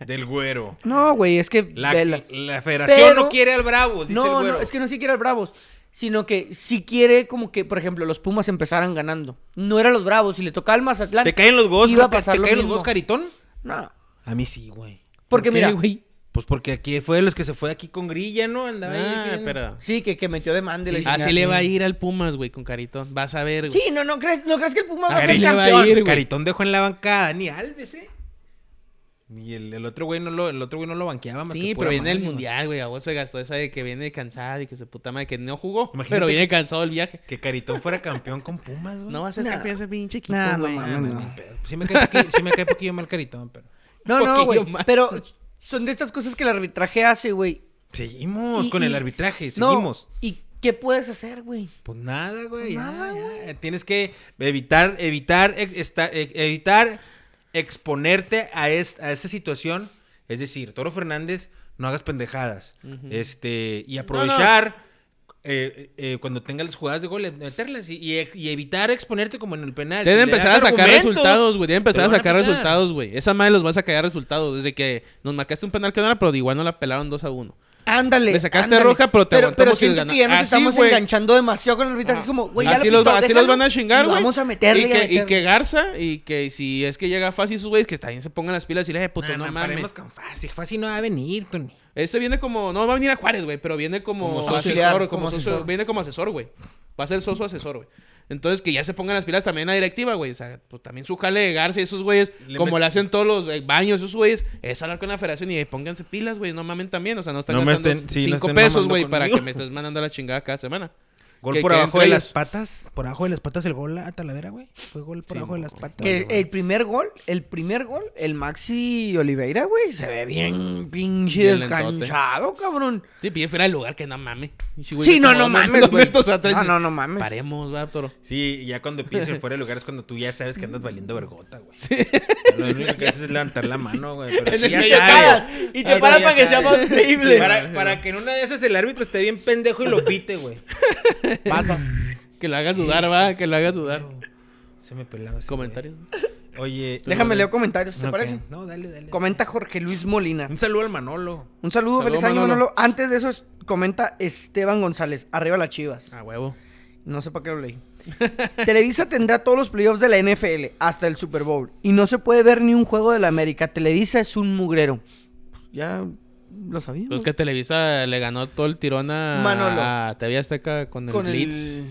A: del güero.
B: No, güey, es que...
A: La,
B: velas.
A: la federación
B: Pero-
A: no quiere al Bravos, dice el
B: No,
A: güero.
B: no, es que no siquiera el Bravos, sino que si quiere como que, por ejemplo, los Pumas empezaran ganando. No eran los Bravos, si le tocaba al Mazatlán.
A: ¿Te caen los gozos?
B: Iba a
A: ¿Te-
B: pasar
A: ¿Te
B: lo
A: caen los
B: mismo.
A: gozos, Caritón?
B: No,
A: A mí sí, güey.
B: porque
C: ¿Por qué,
B: mira,
C: güey?
A: Pues porque aquí fue de los que se fue aquí con grilla, ¿no? Andaba ahí
C: Ah,
A: aquí-
C: pero-
B: sí, que, que metió demanda. y la chingada.
C: Así Ah, le va a ir al Pumas, güey, con Caritón. Vas a ver, güey.
B: Sí, no, no crees, no crees que el Pumas va a
C: Así
B: ser
C: le va a
B: campeón.
C: ir, güey.
A: Caritón dejó en la banca a Dani Alves, ¿eh? Y el, el otro güey no lo, el otro güey no lo banqueaba más que
C: Sí,
A: pura
C: pero viene el
A: madre, güey.
C: mundial, güey. A vos se gastó esa de que viene cansado y que se puta madre que no jugó.
A: Imagínate
C: pero viene
A: que-
C: cansado el viaje.
A: Que Caritón fuera campeón con Pumas, güey.
C: No va a ser
B: Nah.
C: campeón ese pinche equipo,
B: Nah, no
C: güey.
B: mames.
A: Ah, no, ni pedo. Sí me cae poqui- sí me cae poquillo mal Caritón, pero...
B: No, no,
C: Poquillo
B: güey,
C: más.
B: pero son de estas cosas que el arbitraje hace, güey.
A: Seguimos
B: Y-
A: con
B: y-
A: el arbitraje,
B: No,
A: seguimos.
B: ¿y qué puedes hacer, güey?
A: Pues nada, güey. ya,
B: Nada,
A: ya. Eh, Tienes que evitar, evitar, ex- esta- e- evitar exponerte a, es- a esa situación. Es decir, Toro Fernández, no hagas pendejadas. Este, y aprovechar. eh, eh, cuando tengas las jugadas de gol, eh, meterlas y, y ex- y evitar exponerte como en el penal.
C: Deben
A: Si le das
C: empezar a sacar
A: argumentos,
C: resultados, güey. Deben
A: te
C: empezar a
A: van
C: sacar
A: pitar.
C: resultados, güey. Esa madre los va a sacar resultados. Desde que nos marcaste un penal que no era, pero de igual no la pelaron 2 a 1.
B: Ándale.
C: Le sacaste
B: ándale.
C: roja, pero te
B: Pero,
C: aguantamos y
B: siento
C: ganó.
B: que ya nos
C: Así,
B: estamos
C: güey. Ah,
B: enganchando demasiado con el arbitraje. Es como, güey, ya
C: así
B: lo
C: los,
B: pitó,
C: así los
B: déjalo,
C: van a chingar,
B: y
C: güey.
B: Vamos a meterle. y
C: Y
B: a
C: que, y
B: meterle.
C: que Garza, y que si es que llega fácil sus güeyes, que también se pongan las pilas y le eh, puto,
A: Nah,
C: no,
A: nah, paremos
C: mames.
A: con fácil. Fácil no va a venir, Tony.
C: Este viene como, no va a venir a Juárez, güey, pero viene como,
B: Como auxiliar,
C: asesor, como,
B: como
C: socio-
B: asesor.
C: viene como asesor, güey. Va a ser socio asesor, güey. Entonces que ya se pongan las pilas también la directiva, güey. O sea, pues también su jale de Garza y esos güeyes,
A: Le
C: como
A: met-
C: le hacen todos los eh, baños, esos güeyes, es hablar con la federación y eh, pónganse pilas, güey. No mamen también. O sea, no están
A: No me
C: gastando
A: estén- sí, no
C: cinco
A: estén
C: pesos,
A: mamando
C: güey, para
A: conmigo.
C: que me estés mandando la chingada cada semana.
A: Gol
C: Que-
A: por
C: que
A: abajo
C: entre
A: de
C: ellos.
A: las patas. Por abajo de las patas el gol a Talavera, güey. Fue gol por
C: Sí,
A: abajo de
C: no,
A: las patas.
B: Que eh,
A: güey.
B: el primer gol, el primer gol, el Maxi Oliveira, güey, se ve bien pinche
C: Bien
B: descanchado, cabrón.
C: Sí, pide fuera del lugar, que no mames. Y si, güey,
B: Sí, no,
C: como
B: no
C: dos
B: mames, güey.
C: metros atrás,
B: No,
C: dices,
B: no, no mames.
C: Paremos, va, toro.
A: Sí, y ya cuando pides el fuera de lugar es cuando tú ya sabes que andas valiendo vergota, güey. Lo único que haces es levantar la mano, güey. pero
C: En
A: sí
C: el
A: ya
C: medio
A: sabes.
C: cagas,
B: y te
A: Ahí
B: paras
A: ya
B: para que sea
A: sabes.
B: más creíble.
A: Sí, para, para que en una de esas el árbitro esté bien pendejo y lo pite, güey.
B: Pasa.
C: Que lo hagas dudar, va, que lo hagas dudar.
A: Se me pelaba. ese
C: Comentarios.
A: güey. Oye.
B: Déjame leo comentarios, ¿te
A: Ok.
B: parece?
A: No, dale, dale.
B: Comenta Jorge Luis Molina.
A: Un saludo al Manolo.
B: Un saludo,
C: Saludo,
B: feliz año,
C: Manolo.
B: Manolo. Antes de eso, es- comenta Esteban González. Arriba las chivas.
C: A huevo.
B: No sé para qué lo leí. Televisa tendrá todos los playoffs de la NFL hasta el Super Bowl. Y no se puede ver ni un juego de la América. Televisa es un mugrero. Pues ya lo sabíamos.
C: Los Pues que Televisa le ganó todo el tirón a,
B: Manolo.
C: a TV Azteca con el
B: con
C: Blitz.
B: el...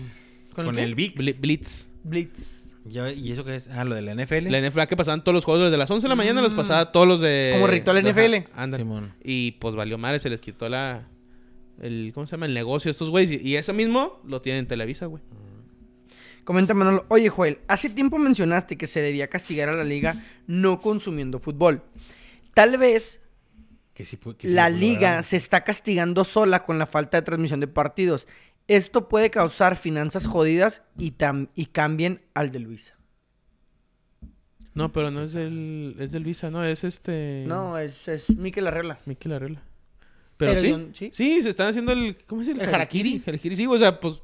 A: Con, el
B: qué?
A: Vic.
C: Bli- Blitz.
B: Blitz.
A: Ya, ¿Y eso qué es? Ah, lo de la NFL.
C: La NFL que pasaban todos los juegos desde las 11 de la mañana, los
B: Mm.
C: pasaba todos los de.
B: Como ritual
C: Ajá,
B: NFL.
C: ándale.
A: Simón.
C: Y pues valió madre, se les quitó la. El, ¿Cómo se llama? El negocio de estos güeyes. Y, y eso mismo lo tienen en Televisa, güey.
B: Comenta Manolo, oye Joel, hace tiempo mencionaste que se debía castigar a la liga no consumiendo fútbol. Tal vez
A: Que sí pu- que sí
B: La
A: lo
B: liga
A: lograron.
B: se está castigando sola con la falta de transmisión de partidos. Esto puede causar finanzas jodidas y, tam- y cambien al de Luisa.
A: Mm.
C: No, pero no es el. Es de Luisa, no, es este.
B: No, es, es Mikel Arregla.
C: Mikel Arreola. Pero,
B: Pero
C: sí,
B: yo- ¿sí?
C: sí. se están haciendo el. ¿Cómo es el,
B: El harakiri.
C: Harakiri, sí, o sea, pues.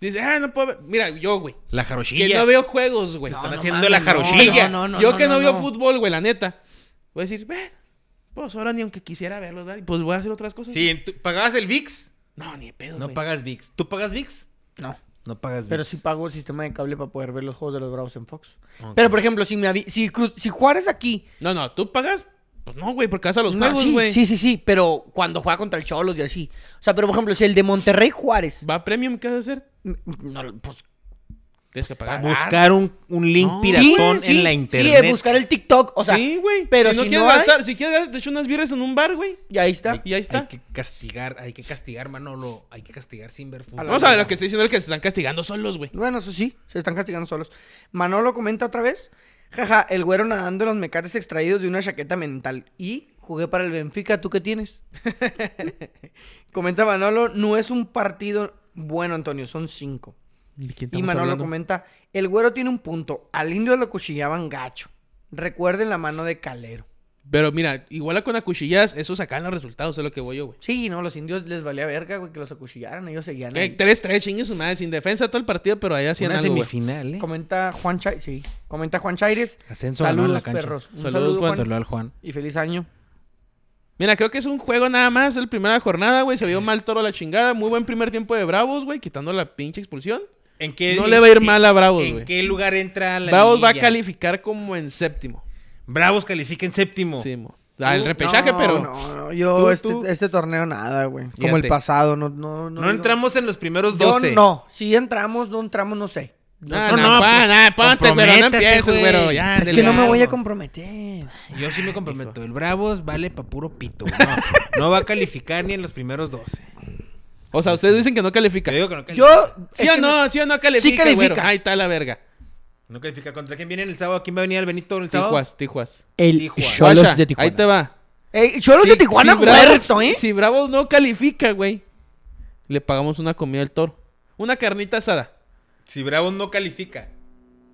C: Dice, ah, no puedo ver. Mira, yo, güey.
A: La
C: Que
A: jarochilla.
C: no veo juegos, güey.
A: Están haciendo la jarochilla.
B: No, no, no,
C: yo
B: no,
C: que no,
B: no,
C: veo
B: no.
C: fútbol, güey, la neta. Voy a decir, "Bueno, pues ahora ni aunque quisiera verlos, ¿verdad? Pues voy a hacer otras cosas.
A: Sí, ¿tú ¿pagabas el VIX?
C: No, ni de pedo,
A: No
C: güey.
A: pagas VIX. ¿Tú pagas VIX?
B: No.
A: No pagas VIX.
B: Pero sí pago el sistema de cable para poder ver los juegos de los Bravos en Fox.
A: Ok.
B: Pero, por ejemplo, si, me avi- si, Cruz- si Juárez aquí...
C: No, no, tú pagas. Pues no, güey, porque vas a los
B: No,
C: juegos,
B: sí,
C: güey.
B: sí, sí, sí, pero cuando juega contra el Cholos y así. O sea, pero, por ejemplo, si el de Monterrey Juárez...
C: Va a premium, ¿qué vas a hacer?
B: m- No, pues
C: Tienes que pagar.
A: Buscar un, un link
C: No.
A: piratón
B: Sí, sí,
A: en la
B: sí,
A: internet.
B: de buscar el TikTok, o sea,
C: sí, güey.
B: pero
C: si no
B: si
C: quieres
B: no hay-
C: gastar, si quieres gastar, te echo unas birras en un bar, güey.
B: y ahí está.
C: Y ahí está.
A: Hay que castigar, hay que castigar, Manolo. Hay que castigar sin ver fútbol.
C: Vamos a ver, lo que estoy diciendo es que se están castigando solos, güey.
B: Bueno, eso sí, se están castigando solos. Manolo comenta otra vez. Jaja, el güero nadando en los mecates extraídos de una chaqueta mental. Y jugué para el Benfica, ¿tú qué tienes? comenta Manolo, no es un partido bueno, Antonio, son cinco. Y Manolo comenta, el güero tiene un punto. Al indio lo cuchillaban gacho. Recuerden la mano de Calero.
C: Pero mira, igual con acuchillas, eso sacan los resultados, es lo que voy yo, güey.
B: Sí, no, los indios les valía verga, güey, que los acuchillaran. Ellos seguían
C: Que
B: ahí.
C: 3-3, chingue su madre, sin defensa todo el partido, pero ahí hacían
A: Una
C: algo, güey.
A: semifinal, ¿eh?
B: Comenta Juan Chaires. Sí, comenta Juan Chaires.
A: Ascenso ganó en
B: Saludos,
A: la cancha.
B: perros. Un
C: Saludos,
B: saludo,
C: Juan.
B: Juan.
A: Saludo al Juan.
B: Y feliz año.
C: Mira, creo que es un juego nada más, el primera jornada, güey. Se vio mal toro a la chingada. Muy buen primer tiempo de Bravos, güey, quitando la pinche expulsión.
A: ¿En qué,
C: No le va a ir
A: en-
C: mal a Bravos,
A: ¿En
C: güey.
A: qué lugar entra la
C: Bravos va a
A: liguilla?
C: calificar como en séptimo.
A: Bravos califica en séptimo.
C: Sí, mo. Ah, el
B: Tú-
C: repechaje,
B: no,
C: pero.
B: No, no, yo
A: Tú-
B: este,
A: tú-
B: este torneo nada, güey. Como el
C: Fíjate.
B: pasado, no, no,
A: No,
B: yo-
A: entramos en los primeros
B: Yo
A: 12.
B: no, si entramos, no entramos, no sé.
C: No,
A: No,
C: no,
A: no,
C: no,
A: pues,
C: ponte, güero, no
A: comprométase,
C: empieces,
A: güey.
C: güero. ya,
B: es
C: del
B: que no me
C: lado.
B: voy a comprometer.
A: Yo sí me comprometo. El Bravos vale pa' puro pito. No, no va a calificar ni en los primeros 12.
C: O sea, ustedes dicen que no califica.
A: Yo digo que no
B: Yo.
A: califica.
C: ¿Sí
B: es
C: o
B: que
C: no? ¿Sí o no califica?
B: Sí califica.
C: güero? Ahí está la verga.
A: No califica. ¿Contra quién viene el sábado? ¿Quién va a venir al Benito el sábado?
C: Tijuas, Tijuas.
B: El
A: Tijuana.
B: Cholos
C: Guacha,
B: de Tijuana.
C: Ahí te va.
B: Ey, Cholos de
C: Si-
B: Eh, Tijuana
C: si Bravos-
B: muerto, ¿eh?
C: Si Bravos no califica, güey, le pagamos una comida al toro. Una carnita asada.
A: Si Bravos no califica.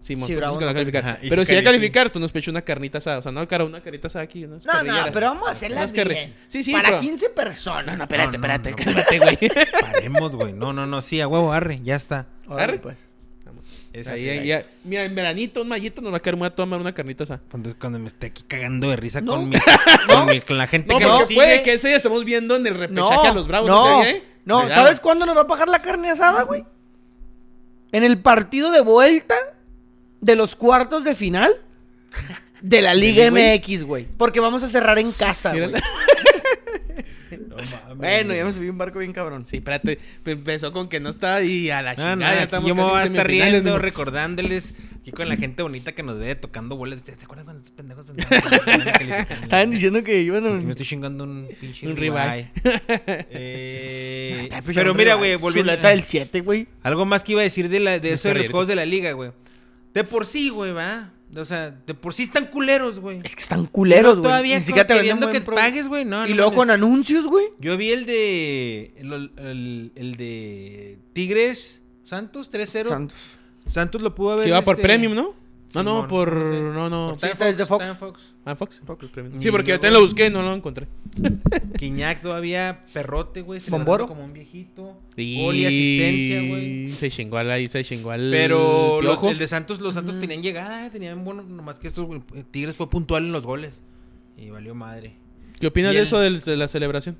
C: Simón,
B: Si
C: tú
B: Bravos
C: dices que
B: no
C: no califica.
A: califica. Ajá, y
C: Pero
A: si
C: si ya
A: califica.
C: calificar, tú nos pechas una carnita asada. O sea, no, cara, una carnita asada aquí. unas
B: No, no,
C: carrilleras.
B: pero vamos a hacerla
C: Unas carri-
B: bien.
C: Sí, sí,
B: Para
C: pero-
B: 15 personas.
C: No, no, Ah, espérate,
A: No, no,
C: espérate,
A: no.
C: cálmate, Este güey.
A: Paremos, güey. No, no, no. Sí, a huevo, arre. Ya está.
B: Órale,
C: Arre.
B: pues.
A: Es
C: Ahí,
A: aquí,
C: ahí, ya. Mira, en veranito, un mallito nos va a caer muy a tomar una carnita asada.
A: Cuando, cuando me esté aquí cagando de risa
B: No.
A: con, mi, con, mi- con la gente
C: No,
A: que
C: pero
A: nos
C: no puede
A: sigue.
C: que ese día estamos viendo en el repechaje a los bravos
B: No,
C: ese día, ¿eh?
B: no,
C: Cuidado.
B: ¿sabes cuándo nos va a pagar la carne asada, güey? En el partido de vuelta de los cuartos de final de la Liga
C: Deli, güey.
B: MX, güey. Porque vamos a cerrar en casa,
C: Mira
B: güey.
C: la-
A: No mames,
B: Bueno,
A: güey.
B: ya me subí un barco bien cabrón.
C: Sí, espérate. pe- Empezó con que no está y a la
A: No,
C: chingada.
A: no,
C: ya
A: aquí
C: estamos
A: yo me
C: casi
A: voy a
C: en
A: estar
C: semifinales,
A: riendo,
C: mi-
A: recordándoles aquí con la gente bonita que nos ve tocando bolas. ¿Se acuerdan cuando estos pendejos Estaban
B: Estaban diciendo que iban
A: Aquí me
B: a...
A: estoy chingando un pinche
C: Un
A: ribeye.
C: ribeye.
A: Eh,
B: pues,
A: pero mira, güey, volviendo.
B: Chuleta del 7, güey.
A: Algo más que iba a decir de, la, de
C: Me
A: eso de los
C: cargué.
A: juegos de la liga, güey. De por sí, güey, va. O sea, de por sí están culeros, güey.
B: Es que están culeros, güey.
A: Todavía
B: Ni siquiera te venden
A: queriendo
B: buen
A: que
B: pro-
A: pagues, güey. No,
B: Y
A: no
B: luego
A: mames.
B: con anuncios, güey.
A: Yo vi el de. El, el- el de Tigres Santos 3-0. Santos.
B: Santos.
A: lo pudo haber.
C: Que va por
A: este,
C: premium, ¿no? No,
A: Simón,
C: no, por.
A: no sé.
C: No, no.
A: por
B: Sí,
A: Time
B: está desde Fox.
A: Time Fox. Mm.
C: Ah, Fox.
B: Fox.
C: Por premium.
A: Y
C: Sí, porque yo
A: luego-
C: te lo busqué y no lo encontré.
A: Quiñac todavía perrote, güey. celebrando
B: Bomboro.
A: Como un viejito. Gol y asistencia, güey.
C: Se chingó al ahí, se chingó al.
A: Pero los,
C: Piojo.
A: el de Santos, los Santos
B: Mm.
A: tenían llegada, tenían bueno, nomás que estos güey, Tigres fue puntual en los goles. Y valió madre.
C: ¿Qué opinas
A: y
C: de
A: el-
C: eso del- de la celebración?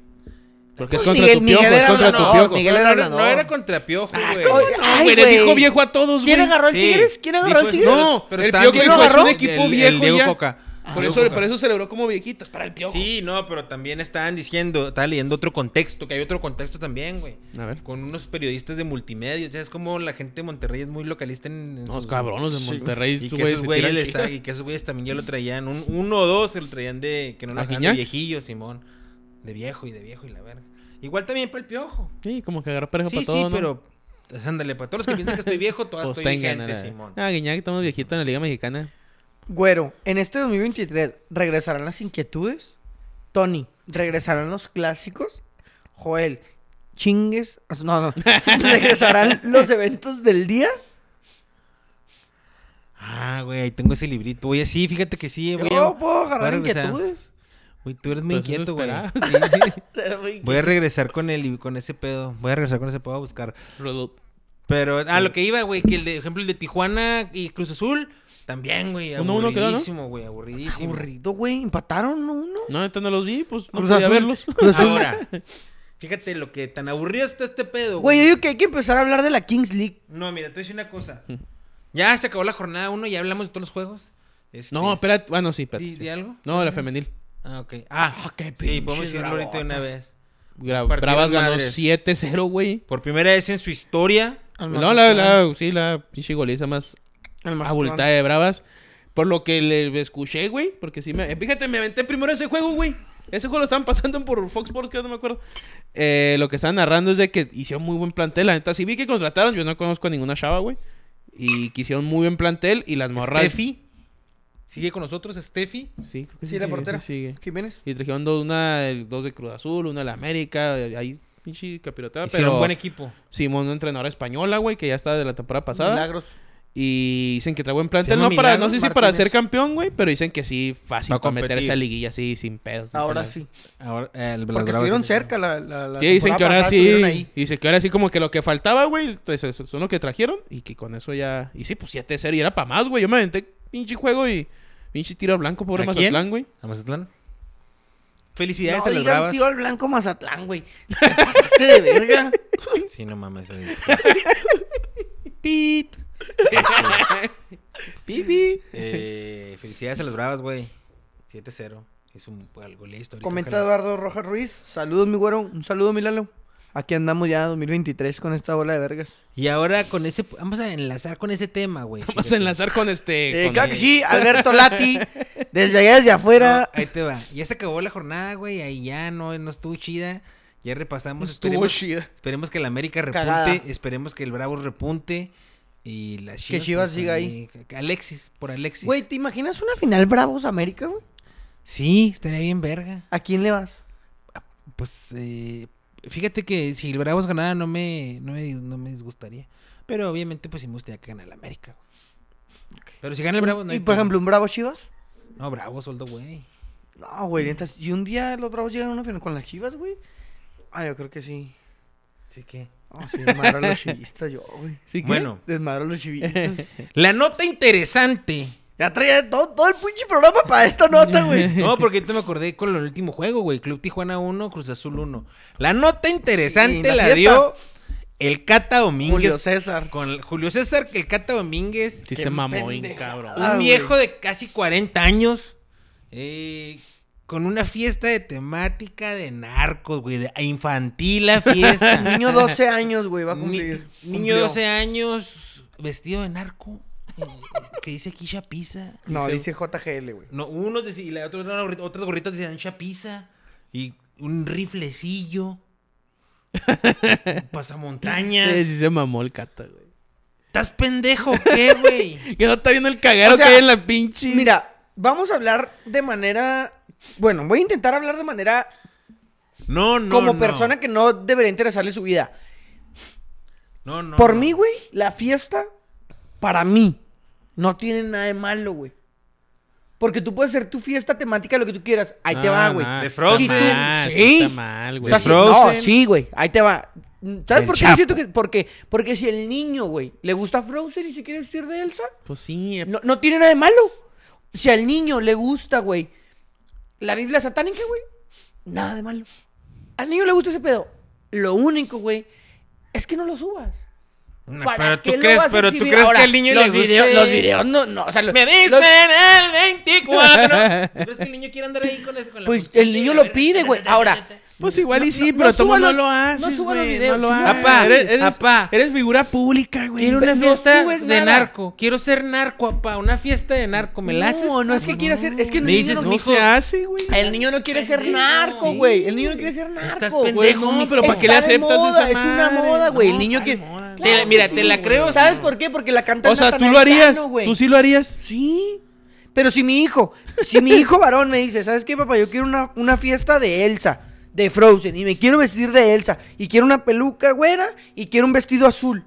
C: Porque es
B: Pues
C: contra
B: Miguel-
C: tu piojo,
B: Miguel
C: es
B: era
C: contra
B: ganador,
C: tu piojo.
B: Miguel
A: no,
B: era
A: no, no,
B: ganador.
A: no era contra Piojo,
B: Ah,
A: güey.
C: Ah, ¿Cómo
B: Oye,
C: No,
B: ay,
C: güey, le
B: güey.
C: dijo viejo a todos, güey. Ah,
B: ¿Quién agarró el
A: Sí.
B: Tigres? ¿Quién agarró
A: Dijo
B: el Tigres?
C: No, el
A: estaban
C: Piojo
A: diciendo
B: dijo, es un
A: del-
C: equipo
A: del-
C: viejo
A: Diego
C: ya. Ah,
A: Coca.
C: Por
A: Diego
C: eso,
A: Coca.
C: por eso celebró como viejitas, para el piojo.
A: Ah, Sí, no, pero también estaban diciendo, estaba leyendo otro contexto, que hay otro contexto también, güey.
C: A ver.
A: Con unos periodistas de multimedia, o sea, es como la gente de Monterrey es muy localista en... en
C: Los
A: sus-
C: cabronos de Monterrey.
A: Y
C: esos
A: que,
C: güeyes
A: esos
C: se
A: güeyes
C: tiran
A: le
C: chi-
A: está- y que esos güeyes también ya lo traían, un, uno o dos se lo traían de... Que no lo
C: ¿A
A: dejaban de
C: Guiñac?
A: viejillo, Simón. De viejo y de viejo y la verga. Igual también para el piojo.
C: Sí, como que agarró pareja
A: sí,
C: para
A: sí,
C: todo, ¿no?
A: pero... pues, Ándale, para todos los que piensan que estoy viejo, todas
C: Pues
A: estoy
C: tengan,
A: vigente,
C: eh.
A: Simón.
C: Ah, Guiñac, estamos viejitos en la Liga Mexicana.
B: Güero, en este 2023 regresarán las inquietudes. Tony, ¿Regresarán los clásicos? Joel, chingues. No, no. ¿Regresarán los eventos del día?
A: Ah, güey, ahí tengo ese librito. Oye, sí, fíjate que sí,
B: Yo
A: güey. Güey,
B: puedo agarrar
A: voy a regresar.
B: inquietudes.
A: tú eres muy
C: Pues eso
A: inquieto, güey.
C: esperaba, sí, sí.
A: Voy a regresar con el con ese pedo. Voy a regresar con ese pedo a buscar.
C: Rolo-
A: Pero, ah, lo que iba, güey, que el de, ejemplo, el de Tijuana y Cruz Azul, también, güey,
C: Uno a uno quedó, ¿no?
A: aburridísimo, güey, aburridísimo.
B: Aburrido, güey. Empataron uno.
C: No, neta no los vi, pues no
B: Cruz
C: podía
B: Azul.
C: verlos.
B: Cruz Azul.
A: Ahora, fíjate lo que tan aburrido está este pedo,
B: Güey, yo digo que hay que empezar a hablar de la Kings League.
A: No, mira, te voy a decir una cosa.
C: Mm.
A: Ya se acabó la jornada uno, ya hablamos de todos los juegos. Este,
C: No, espérate. Bueno, sí, espérate.
A: ¿Di,
C: sí.
A: di algo?
C: No, la femenil.
A: Ah, ok. Ah, sí, podemos decirlo ahorita de una vez.
C: Gra-
A: Partidas
C: Bravas ganó
A: madres.
C: 7-0, güey.
A: Por primera vez en su historia.
C: No, la, la, sí, la pinche goliza más
B: El Mazatlán.
C: abultada Ah, de Bravas. Por lo que le escuché, güey. Porque sí me. eh, Fíjate, me aventé primero ese juego, güey. Ese juego lo estaban pasando por Fox Sports, que no me acuerdo. Eh, lo que estaban narrando es de que hicieron muy buen plantel. La neta, sí vi que contrataron. Yo no conozco a ninguna chava, güey. Y que hicieron muy buen plantel. Y las morras.
A: Steffi. Sigue con nosotros, Steffi.
C: Sí, creo que
B: Sí, la
C: sigue,
B: portera.
C: sigue.
B: Jiménez.
C: Y trajeron dos, una, el- dos de Cruz Azul, una de la América, eh, ahí pinche capirotada,
A: Hicieron
C: pero
A: un buen equipo.
C: Simón, una entrenadora española, güey, que ya está de la temporada pasada.
B: Milagros.
C: Y dicen que trae buen
A: Se
C: plantel,
A: llama
C: no, para, no
A: Milagros
C: sé si para
B: Martínez.
C: ser campeón, güey, pero dicen que sí, fácil
A: Va a
C: para meterse
A: competir.
C: a liguilla, sí, sin pedos. dicen
B: Ahora
C: algo.
B: sí.
A: Ahora, eh, el- las
B: Porque
A: Bravas-
B: estuvieron cerca la, la, la
C: Sí, dicen
B: temporada
C: que ahora
B: pasada,
C: sí.
B: estuvieron ahí.
C: Dicen que ahora sí, como que lo que faltaba, güey, pues, eso son lo que trajeron. Y que con eso ya. Y sí, pues 7-0 y era para más, güey. Yo me aventé pinche juego y pinche tiro a blanco, pobre
A: ¿A
C: Mazatlán, güey.
A: ¿A Mazatlán? Felicidades
B: no
A: a las
B: digan
A: Bravas.
B: tío al blanco Mazatlán, güey. Te pasaste de verga.
A: Sí, no mames. eh.
C: Pit. Pipi.
A: Eh, felicidades a las Bravas, güey. 7-0. Es un algo listo.
B: Comenta Eduardo Rojas Ruiz. Saludos, mi güero. Un saludo, mi Lalo. Aquí andamos ya 2023 con esta bola de vergas.
A: Y ahora con ese. Vamos a enlazar con ese tema, güey.
C: Vamos
A: Fíjate.
C: a enlazar con este.
B: Eh,
C: con
B: claro
C: el-
B: que sí, Alberto Lati. Desde allá, desde afuera.
A: No, ahí te va. Ya se acabó la jornada, güey. Ahí ya no, no estuvo chida. Ya repasamos.
C: Estuvo
A: esperemos-
C: chida.
A: Esperemos que el América repunte,
B: Cagada.
A: esperemos que el Bravos repunte y la Chivas.
B: Chivas
A: pues,
B: siga
A: que Alexis, por Alexis.
B: Güey, ¿te imaginas una final Bravos América, güey?
A: Sí, estaría bien verga.
B: ¿A quién le vas?
A: Pues eh, fíjate que si el Bravos ganara no me, no me, no me disgustaría. Pero obviamente pues sí me gustaría que ganara el América. güey. Pero si gana el Bravos no
B: ¿Y
A: hay
B: por
A: pedo.
B: ejemplo, un Bravo Chivas?
A: No, Bravos, soldo, güey.
B: No, güey, neta. Si un día los Bravos llegan a una final con las Chivas, güey. Ah, yo creo que sí.
A: Así que...
B: Ah, sí, desmadro a los chivistas yo, güey.
C: ¿Sí que?
A: Bueno,
B: Desmadro a los chivistas.
A: la nota interesante.
B: Ya traía todo, todo el pinche programa para esta nota, güey.
A: No, porque ahorita me acordé con el último juego, güey. Club Tijuana 1, Cruz Azul 1. La nota interesante
B: Sí, la fiesta.
A: la, dio el Cata Domínguez.
B: Julio César.
A: Con el- Julio César, el Cata Domínguez.
B: Qué
C: Sí se mamó,
B: pendeja.
C: cabrón.
B: Ah,
A: un
B: güey.
A: viejo de casi 40 años. eh, con una fiesta de temática de narcos, güey. de- infantil la fiesta.
B: Niño 12 años, güey, va a
A: Ni-
B: cumplir.
A: niño de
B: Cumplió.
A: 12 años, vestido de narco. eh, que dice aquí Chapiza.
B: No, dice
A: Dice-
B: JGL, güey.
A: No, unos decían, y la otra, eran gorri- otras gorritas decían chapiza y un riflecillo. un pasamontañas.
C: Sí, sí se mamó el cata, güey.
A: ¿Estás pendejo o qué, güey?
C: Que no está viendo el cagadero
B: O sea,
C: que hay en la pinche.
B: Mira, vamos a hablar de manera. Bueno, voy a intentar hablar de manera
A: No, no,
B: como
A: no.
B: persona que no debería interesarle su vida.
A: No, no,
B: Por
A: no.
B: mí, güey, la fiesta, para mí, no tiene nada de malo, güey. Porque tú puedes hacer tu fiesta temática lo que tú quieras. Ahí te
A: Ah,
C: No,
B: va, güey.
C: no,
A: De
C: está
A: Frozen.
C: mal,
B: Sí.
C: sí, Está mal,
B: O
C: güey.
B: sea,
A: De
B: sí,
A: Frozen.
B: no, sí, güey. Ahí te va. ¿Sabes
A: Del
B: por qué yo siento
A: Chapo.
B: que.? Porque, porque si el niño, güey, le gusta Frozen y se quiere vestir de Elsa,
C: Pues sí. eh,
B: no, no tiene nada de malo. Si al niño le gusta, güey, la Biblia satánica, güey, nada de malo. Al niño le gusta ese pedo. Lo único, güey, es que no lo subas.
A: No,
B: ¿Para
A: pero tú
B: qué lo
A: crees,
B: vas a
A: pero tú
B: exhibir?
A: crees
B: Ahora,
A: que al niño
B: los
A: le guste...
B: videos- los videos no, no, o sea, los-
A: Me dicen
B: los-
A: el 24. ¿Tú crees que el niño quiere andar ahí con eso? Con la
B: Pues,
A: mochila
B: el
A: y
B: niño
A: la
B: lo
A: verga?
B: pide, güey. Ahora,
C: Pues igual y
B: No,
C: sí,
B: no,
C: pero
B: no
C: tú
B: suba
C: no
B: los-
C: lo
B: no suba
C: haces,
B: los
C: güey. No
B: videos,
C: lo
B: no
C: haces.
A: Apá,
C: eres, eres-
A: apá.
C: eres figura pública, güey.
A: Quiero una
B: No
A: fiesta
B: subes
A: de
B: nada.
A: narco. Quiero ser narco, apá. Una fiesta de narco. ¿Me la haces? Ah,
B: No, no es que quiera ser, es que el
A: Me
B: niño
A: dices,
B: no,
C: No se hace, güey.
B: El niño no quiere ser
A: pendejo.
B: narco,
A: Sí,
B: güey. El niño no quiere ser narco.
A: Estás
B: güey.
A: pendejo,
C: No,
A: mi-
C: pero ¿para
B: Está
C: qué le
B: de
C: aceptas
B: moda,
C: esa
B: es una
C: madre?
B: moda, güey, el
C: No,
B: niño
C: ¿cuál
B: que-
C: moda?
A: Te- mira, te la creo,
C: güey.
A: sí.
B: ¿Sabes por qué? Porque la canta
C: O sea, tú lo harías. Tú sí lo harías.
B: Sí. Pero si mi hijo, si mi hijo varón me dice, ¿sabes qué, papá? Yo quiero una, una fiesta de Elsa, de Frozen, y me quiero vestir de Elsa, y quiero una peluca güera, y quiero un vestido azul.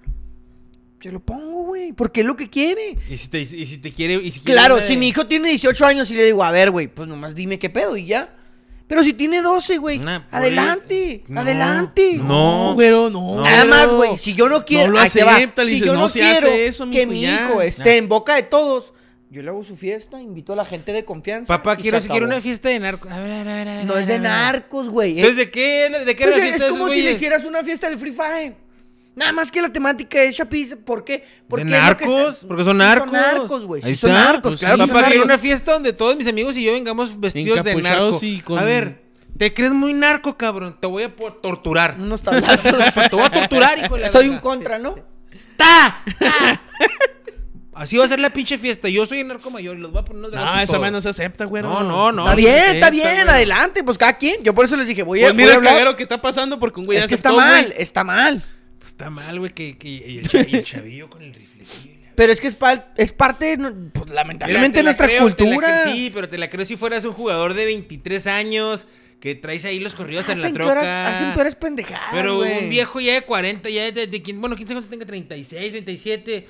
B: Se lo pongo, güey, porque es lo que quiere.
A: Y si te, y si te quiere. Y si quiere
B: Claro,
A: una-
B: si mi hijo tiene 18 años y le digo, a ver, güey, pues nomás dime qué pedo y ya. Pero si tiene 12, güey,
A: Una-
B: adelante,
A: No,
B: adelante.
A: No.
C: güero, no.
B: Nada
C: güero.
B: más, güey, si yo no quiero,
C: No lo
B: ahí te va.
C: acepta, le
B: si
C: dices,
B: yo no,
C: "No se hace
B: quiero
C: eso, mi
B: que mi
C: cuñado".
B: hijo esté en boca de todos, yo le hago su fiesta, invito a la gente de confianza.
A: Papá,
B: y
A: quiero,
B: se
A: quiero
B: acabó.
A: una fiesta de narcos. A ver, a ver, a ver. a ver,
B: No
A: a
B: es de
A: ver, a ver.
B: narcos, güey. ¿eh?
A: Entonces, ¿de qué, de qué era
B: Pues
A: la
B: es,
A: fiesta de
B: es
A: esos
B: como si le
A: güeyes?
B: hicieras una fiesta del Free Fire. Nada más que la temática es chapiz. ¿Por qué? Porque
A: ¿De
B: es lo que está-
A: narcos? Porque son
B: Sí
A: narcos.
B: Son narcos, güey.
A: Ahí
B: Sí son
A: está.
B: narcos,
A: Pues
B: claro.
A: sí.
B: que son
A: Papá, quiero
B: narcos.
A: una fiesta donde todos mis amigos y yo vengamos vestidos de
C: Encapuchados
A: narco.
C: y con-
A: A ver, te crees muy narco, cabrón. Te voy a por- torturar.
B: Unos tablazos.
A: Te voy a torturar, hijo de la
B: Soy
A: verga.
B: un contra, ¿no?
A: ¡Ta! ¡Ta! Así va a ser la pinche fiesta. Yo soy el narco mayor y los voy a poner unos
C: No,
A: vergazos
C: esa
A: todos.
C: madre no se acepta, güero.
A: No, no, no.
B: está bien,
C: acepta,
B: está bien,
C: güero.
B: adelante. Pues cada quien. Yo por eso les dije, voy a.
C: Pues
B: voy a
C: mira el
B: hablar.
C: cagadero que está pasando porque un güey
B: Es que está
C: aceptó,
B: mal,
C: güey.
B: está mal.
A: Pues Está mal, güey, que, que- y el, cha- y el chavillo con el riflecillo. y la-
B: Pero es que es, pa- es parte, no- pues, lamentablemente,
A: Mira, te la
B: nuestra
A: creo, te la
B: cultura.
A: cre- sí, pero te la creo si fueras un jugador de 23 años que traes ahí los corridos en la
B: Ah, hacen,
A: troca.
B: peores, hacen peores pendejadas.
A: Pero
B: Ah, güey.
A: un viejo ya de 40, ya de, de quin- bueno, 15 años tenga 36, 37.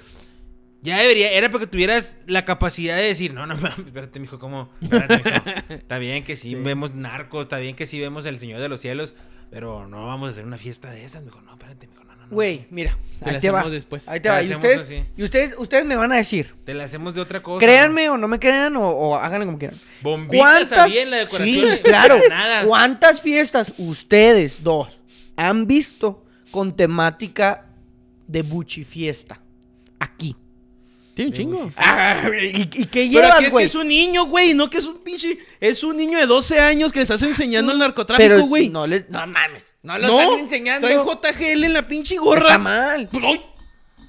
A: Ya debería, era para que tuvieras la capacidad de decir, no, no mames, espérate, mijo, ¿cómo? Espérate, mijo. Está bien que sí, vemos narcos, está bien que sí vemos el Señor de los Cielos, pero no vamos a hacer una fiesta de esas, mijo, no, espérate, mijo, no, no, no.
B: Güey, mira,
C: Te
B: ahí
C: la
B: te va.
C: hacemos después.
B: Ahí te
A: Te
B: va.
A: la
B: Y
A: hacemos
B: ustedes,
A: así.
B: y ustedes, ustedes me van a decir,
A: Te la hacemos de otra cosa.
B: créanme o no me crean o, o háganlo como quieran.
A: Bombitas
B: ¿Cuántas?
A: había en la decoración.
B: Sí,
A: de
B: claro.
A: granadas.
B: ¿Cuántas fiestas ustedes dos han visto con temática de buchi fiesta? Aquí.
C: Tiene un chingo.
B: Ah, ¿Y, y qué
C: Pero aquí
B: llevas,
C: es que
B: güey?
C: es un niño, güey, no que es un pinche. Es un niño de 12 años que le estás enseñando el
B: Pero
C: narcotráfico, güey.
B: no les, no mames, no lo
C: No,
B: están enseñando.
C: Trae JGL en la pinche
B: Está
C: gorra.
B: mal.
C: Pues, ay.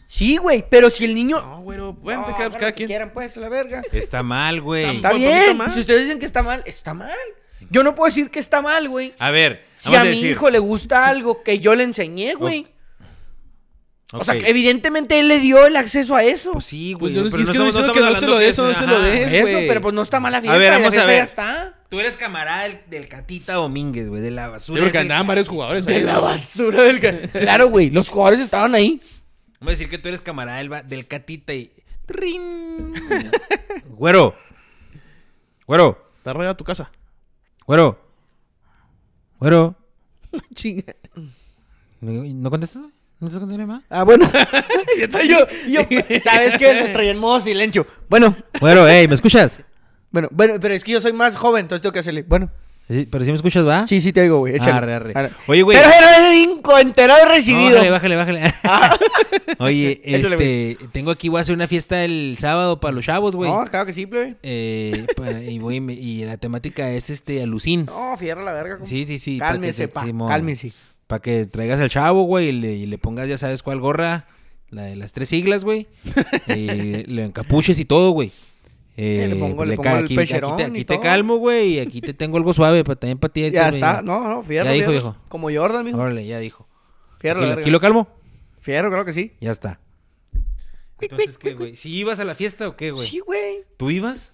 B: Sí, güey, pero si el niño
C: No, güero. Bueno,
B: No,
C: cada-
B: hagan
C: cada,
B: lo que
C: quien.
B: quieran pues, a la verga.
A: Está mal, güey.
B: Está
C: Pues,
B: bien.
C: poquito mal.
B: Si ustedes dicen que está mal, está mal. Yo no puedo decir que está mal, güey.
A: A ver,
B: Si a mi hijo le gusta algo que yo le enseñé, güey. O sea,
A: Ok.
B: que evidentemente él le dio el acceso a eso.
A: Pues sí,
C: Pues
A: güey.
C: yo no-
A: pero
C: es que
A: estamos-
C: no diciendo que
A: estamos
C: no se
A: hablando
C: lo
A: que
C: des o no
A: es-
C: se lo
A: ajá.
C: des.
B: eso,
C: güey.
B: pero pues no está mala fiesta.
A: ver,
B: la
A: vamos a
B: fiesta
A: ver.
B: Ya está.
A: Tú eres camarada del, del Catita Domínguez, güey, de la basura.
C: Sí, porque
A: ese.
C: andaban varios jugadores
B: De
C: ahí.
B: la basura del... ca- Claro, güey. Los jugadores estaban ahí.
A: Vamos a decir que tú eres camarada del, va- del Catita y. ¡Rin! güero. Güero.
C: Está arriba de tu casa.
A: Güero. Güero.
C: Chinga.
A: ¿No contestas, güey? ¿No estás contestando más?
B: Ah, bueno. yo, yo, ¿Sabes qué? Me traía en modo silencio. Bueno,
A: Güero, hey, ¿me escuchas?
B: bueno, bueno, pero es que yo soy más joven, entonces tengo que hacerle. Bueno.
A: Sí, Pero si me escuchas, ¿va?
B: Sí, sí te digo, güey. échale.
A: Arre, arre.
B: Arre.
A: Oye, güey.
B: Pero era cinco, enterado y recibido.
A: No, bájale, bájale, bájale. Oye,
B: Ah. Échale,
A: este, tengo aquí, voy a hacer una fiesta el sábado para los chavos, güey.
B: No, claro que sí, plebe.
A: Eh, para- y, voy y me- y la temática es este alucín.
B: No, fierra la verga. compa.
A: Sí, sí, sí. pa' que
B: Ah. Cálmese,
A: te-
B: pa.
A: Simón.
B: Cálmese.
A: Para que traigas al chavo, güey, y le, y le pongas, ya sabes cuál gorra, la de las tres siglas, güey. y le encapuches y todo, güey. Eh,
B: le pongo- le
A: ca-
B: pongo el
A: aquí, aquí
B: pecherón y
A: te, aquí te
B: todo.
A: calmo, güey, y aquí te tengo algo suave para también para ti.
B: Ya
A: güey.
B: está. No, no, fierro.
A: Ya dijo,
B: fierro.
A: dijo.
B: Como Jordan, mijo.
A: Órale, ya dijo.
B: Fierro la
A: Aquí lo,
B: verga.
A: aquí lo calmo,
B: Fierro, claro que sí.
A: ya está. Entonces, ¿qué, güey? ¿Sí ibas a la fiesta o qué, güey?
B: Sí, güey.
A: ¿Tú ibas?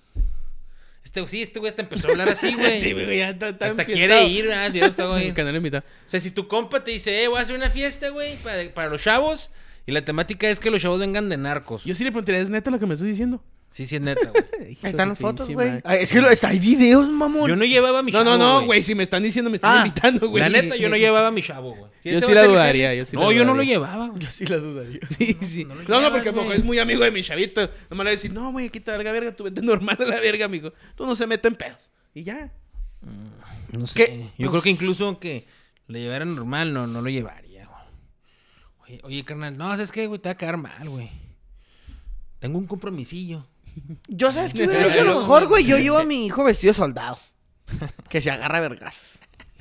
A: Este, sí, este güey hasta empezó a hablar así, güey.
C: Sí, güey, ya está, está
A: Hasta
C: enfiestado.
A: quiere ir, ah, Dios, está, güey.
C: Que no le invita.
A: O sea, si tu compa te dice, eh, voy a hacer una fiesta, güey, para, para los chavos. Y la temática es que los chavos vengan de narcos.
C: Yo sí le preguntaría, ¿es neta lo que me estás diciendo?
A: Sí, sí, es neta, güey.
B: Ahí están las fotos, güey.
C: No,
B: Ay, Es que lo- está- hay videos, mamón.
A: Yo no llevaba a mi
C: no,
A: chavo,
C: no, Ah, güey, si me están diciendo, me están
B: Ah,
C: invitando, güey.
A: La neta, yo no llevaba a mi chavo, güey. Si
C: Yo
A: ese
C: sí
A: va a
C: la
A: ser el
C: dudaría,
A: jefe-
C: yo sí la
A: No, yo no lo
C: dudaría.
A: llevaba, güey.
C: Sí la dudaría. Sí, sí.
A: no
C: No,
A: lo
C: no,
A: llevas,
C: porque a lo mejor
A: güey.
C: es muy amigo de mi chavita. Nomás le voy a decir, no, güey, quita la verga, tú vete normal a la verga, amigo. Tú no se metes en pedos. Y ya.
A: No sé.
B: ¿Qué?
A: Yo creo que incluso aunque le llevara normal, no, no lo llevaría, güey. Oye, oye, carnal, no, ¿sabes qué, güey? Te va a quedar mal, güey. Tengo un compromisillo.
B: Yo, ¿sabes qué hubiera hecho? A lo mejor, güey, yo llevo a mi hijo vestido de soldado. Que se agarra a vergas.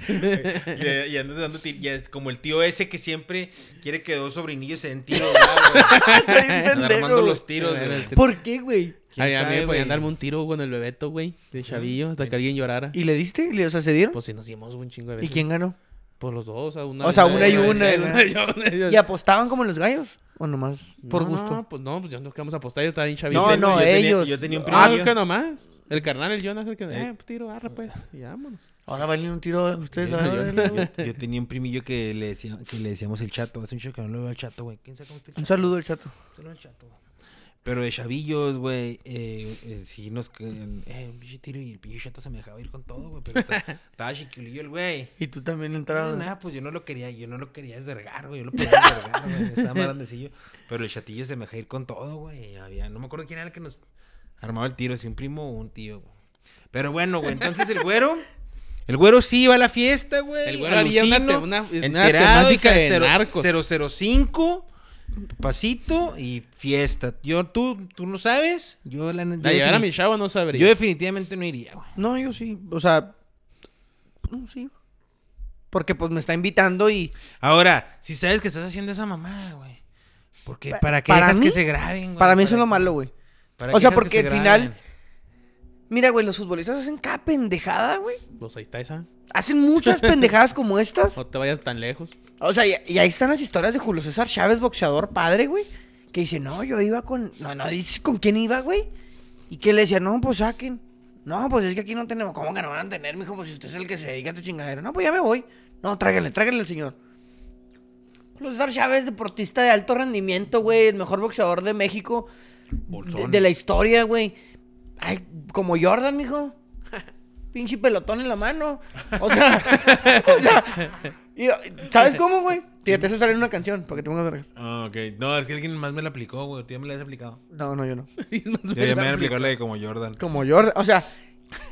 A: Y, y andas dando tir- ya es como el tío ese que siempre quiere que dos sobrinillos se den tiros, ¿verdad,
B: Está bien
A: güey? Armando
B: pendejo, güey.
A: los tiros,
C: Bueno,
A: güey.
C: el tiro.
B: ¿Por qué, güey?
A: ¿Quién
C: Ay, a mí
A: sabe,
C: me
A: güey?
C: podían darme un tiro con el bebeto, güey, de chavillo, hasta que alguien llorara.
B: ¿Y le diste? ¿Y le- o sea, se dieron?
C: Pues si nos dimos un chingo
B: ¿Y
C: de veces.
B: quién ganó?
C: Por los dos, a una.
B: O sea,
C: de-
B: una y
C: de-
B: una,
C: de-
B: ¿no?
C: de- de- de-
B: Y apostaban como los gallos. ¿O nomás por
C: No,
B: gusto?
C: No, pues no, pues ya nos quedamos a apostar. Yo estaba bien chavito.
B: No,
A: tenía-
B: no,
A: yo tenía-
B: ellos.
A: yo tenía un
B: Ah,
A: primo.
C: eh. Ah, que nomás. El carnal, el Jonas, el que. Eh, pues, tiro, arre, pues. Y vámonos.
B: Ahora valen un tiro a ustedes.
A: Yo,
B: a ver,
A: yo-
B: güey.
A: yo- yo tenía un primillo que le, decía- que le decíamos el chato. Hace un show que no lo veo al chato, güey. ¿Quién sabe cómo está el
B: Un
A: chato?
B: saludo al chato.
A: Tú no eres chato, güey. Pero de chavillos, güey, eh, eh, sí nos... que- Eh, un pinche tiro y el pinche chato se me dejaba ir con todo, güey. Pero ta- estaba chiquilillo el güey.
B: Y tú también
A: No,
B: entraron.
A: nada, pues yo no lo quería, yo no lo quería desvergar, güey. Yo lo quería desvergar, güey. Estaba más grandecillo. Pero el chatillo se me dejaba ir con todo, güey. y Había, no me acuerdo quién era el que nos armaba el tiro, si un primo o un tío, güey. Pero bueno, güey, entonces el güero... El güero sí iba a la fiesta, güey.
C: El güero haría una
A: alucino,
C: te- una- una
A: enterado,
C: temática
A: hija
C: de narcos.
A: 005, pasito y fiesta. Yo, tú, tú no sabes. Yo la,
C: La
A: yo
C: llevar a
A: defini-
C: mi chavo no sabría.
A: Yo definitivamente no iría, güey.
B: No, yo sí. O sea, no, sí. Porque pues me está invitando y
A: Ahora, si sabes que estás haciendo esa mamá, güey. Porque
B: Pa-
A: para qué
B: para
A: dejas
B: mí-
A: que se graben, güey.
B: para mí eso es lo
A: qué-
B: malo, güey.
A: para
B: o
A: qué
B: sea,
A: dejas que
B: porque
A: se
B: al final-
A: graben?
B: Mira, güey, los futbolistas hacen cada pendejada, güey.
C: Pues ahí está esa.
B: Hacen muchas pendejadas como estas.
C: No te vayas tan lejos.
B: O sea, y, y ahí están las historias de Julio César Chávez, boxeador padre, güey. Que dice, no, yo iba con. No, no, dices con quién iba, güey. Y que le decía, no, pues saquen. No, pues es que aquí no tenemos. ¿Cómo que no van a tener, mijo? Pues si usted es el que se dedica a tu chingadero. No, pues ya me voy. No, tráiganle, tráiganle al señor. Julio César Chávez, deportista de alto rendimiento, güey. El mejor boxeador de México. De,
A: Bolsón.
B: de la historia, güey. Ay, como Jordan, mijo. Pinche pelotón en la mano. O sea, o sea, y- ¿sabes cómo, güey? Fíjate, eso sale en una canción, para que te pongas vergas.
A: Ah, ok. No, es que alguien más me la aplicó, güey. Tú ya me la has aplicado.
B: No, no, yo no.
A: Yo ya me han aplicado la de como Jordan.
B: Como Jordan, o sea,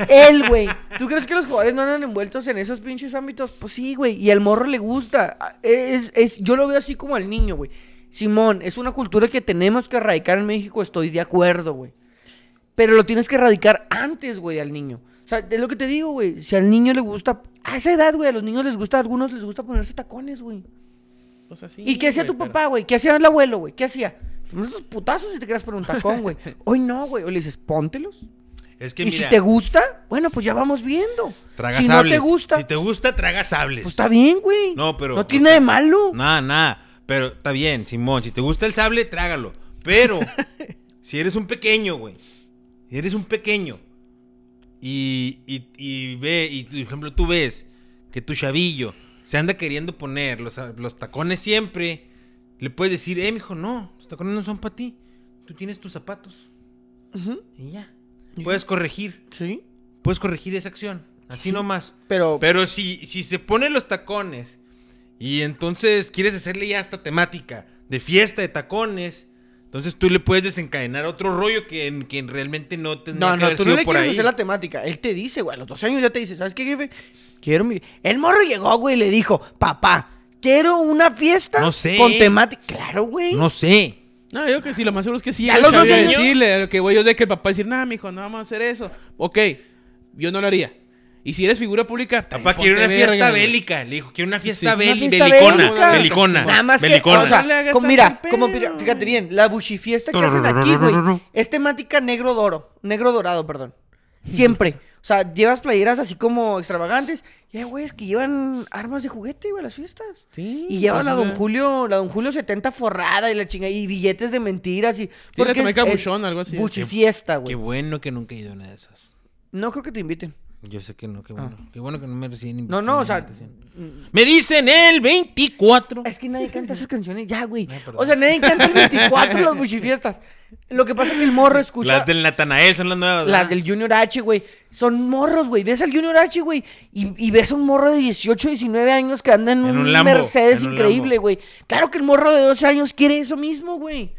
B: él, güey. ¿Tú crees que los jugadores no andan envueltos en esos pinches ámbitos? Pues sí, güey. Y al morro le gusta. Ah, Es, es, yo lo veo así como al niño, güey. Simón, es una cultura que tenemos que erradicar en México, estoy de acuerdo, güey. Pero lo tienes que erradicar antes, güey, al niño. O sea, es lo que te digo, güey. Si al niño le gusta. A esa edad, güey, a los niños les gusta, a algunos les gusta ponerse tacones, güey.
C: Pues así,
B: ¿Y qué hacía
C: güey,
B: tu
C: pero-
B: papá, güey? ¿Qué hacía el abuelo, güey? ¿Qué hacía? Te pones unos putazos y te quedas por un tacón, güey. Hoy no, güey. Hoy le dices, póntelos.
A: Es que
B: y
A: mira,
B: si te gusta, bueno, pues ya vamos viendo.
A: traga
B: si
A: sables.
B: no te gusta,
A: Si te gusta, traga sables.
B: pues está bien, güey.
A: No, pero-
B: No tiene nada de malo.
A: Nada, nada. Pero está bien, Simón. Si te gusta el sable, trágalo. Pero, si eres un pequeño, güey. Si eres un pequeño. Y, y, y ve, y por ejemplo, tú ves que tu chavillo se anda queriendo poner los, los tacones siempre. Le puedes decir, eh, mijo, no, los tacones no son para ti. Tú tienes tus zapatos.
B: Ujú.
A: Y ya.
B: Ujú.
A: Puedes corregir.
B: Sí.
A: Puedes corregir esa acción. Así
B: Sí.
A: nomás.
B: Pero,
A: Pero si, si se pone los tacones y entonces quieres hacerle ya esta temática de fiesta de tacones, entonces tú le puedes desencadenar otro rollo que, en- que realmente no tendría
B: no,
A: que
B: no,
A: haber
B: tú no
A: sido
B: le
A: por
B: quieres
A: ahí.
B: hacer la temática. Él te dice, güey, a los 12 años ya te dice, ¿sabes qué, jefe? Quiero mi. El morro llegó, güey, y le dijo, papá, quiero una fiesta
A: No sé.
B: con temática. Claro, güey.
A: No sé.
C: No, yo creo que sí, lo más seguro es que sí.
B: Ya
C: el
B: los dos
C: chavillo
A: años.
C: decirle, a lo que voy yo es de que el papá decir, nada, mijo, no vamos a hacer eso. Ok, yo no lo haría. Y si eres figura pública,
A: Papá
C: también
A: quiere una
C: ponte
A: fiesta
C: verga, güey.
A: bélica. Le dijo, quiere una fiesta,
C: Una
A: beli-
B: fiesta
A: belicona.
B: bélica.
A: Belicona.
B: Nada más
A: belicona.
B: que, o sea,
C: No le hagas
B: como
C: tanto
B: mira,
C: el
B: como
C: pedo.
B: mira, fíjate bien, la buchifiesta que hacen aquí, güey, es temática negro doro, negro dorado, perdón. Siempre. O sea, llevas playeras así como extravagantes. Y hay güeyes que llevan armas de juguete, güey, a las fiestas.
C: Sí,
B: Y llevan
C: pues,
B: la
C: o
B: Don
C: sea,
B: Julio, la Don Julio 70 forrada y la chinga, y billetes de mentiras y.
C: la temática
B: es-
C: buchón, algo así.
B: Buchifiesta, güey.
A: Qué bueno que nunca he ido a una de esas.
B: No creo que te inviten.
A: Yo sé que no, qué bueno. Qué bueno que no me reciben
B: Ah. No,
A: invitación,
B: no, o sea.
A: invitación.
B: mm,
A: Me dicen el 24.
B: Es que nadie canta esas canciones ya, güey.
A: No, perdón.
B: o sea, nadie canta el 24 en las buchifiestas. Lo que pasa es que el morro escucha.
A: Las del Natanael son las nuevas.
B: Las
A: ¿verdad?
B: del Junior H, güey. Son morros, güey. Ves al Junior H, güey. Y, y ves a un morro de 18, 19 años que anda en,
A: En
B: un,
A: un Lambo,
B: Mercedes
A: en un
B: increíble,
A: Lambo.
B: güey. Claro que el morro de 12 años quiere eso mismo, güey.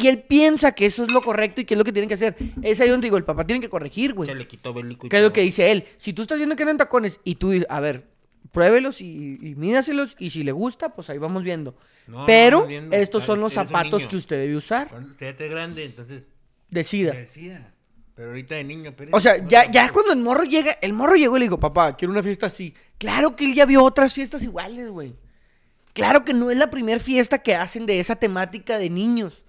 B: Y él piensa que eso es lo correcto y que es lo que tienen que hacer. Es ahí donde digo, el papá tiene que corregir, güey.
A: Se le quitó bélico y
B: ¿Qué es lo
A: todo.
B: que dice él? Si tú estás viendo que andan tacones y tú, dices, a ver, pruébelos y, y mídaselos y si le gusta, pues ahí vamos viendo.
A: No, no
B: Pero
A: vamos viendo.
B: estos son
A: Eres-
B: los
A: eres un
B: zapatos
A: niño.
B: que usted debe usar.
A: Cuando usted ya esté grande, entonces
B: Decida.
A: decía. Pero ahorita de niño, pero
B: O sea, ya, ya cuando el morro llega, el morro llegó y le digo, papá, quiero una fiesta así. Claro que él ya vio otras fiestas iguales, güey. Claro que no es la primera fiesta que hacen de esa temática de niños.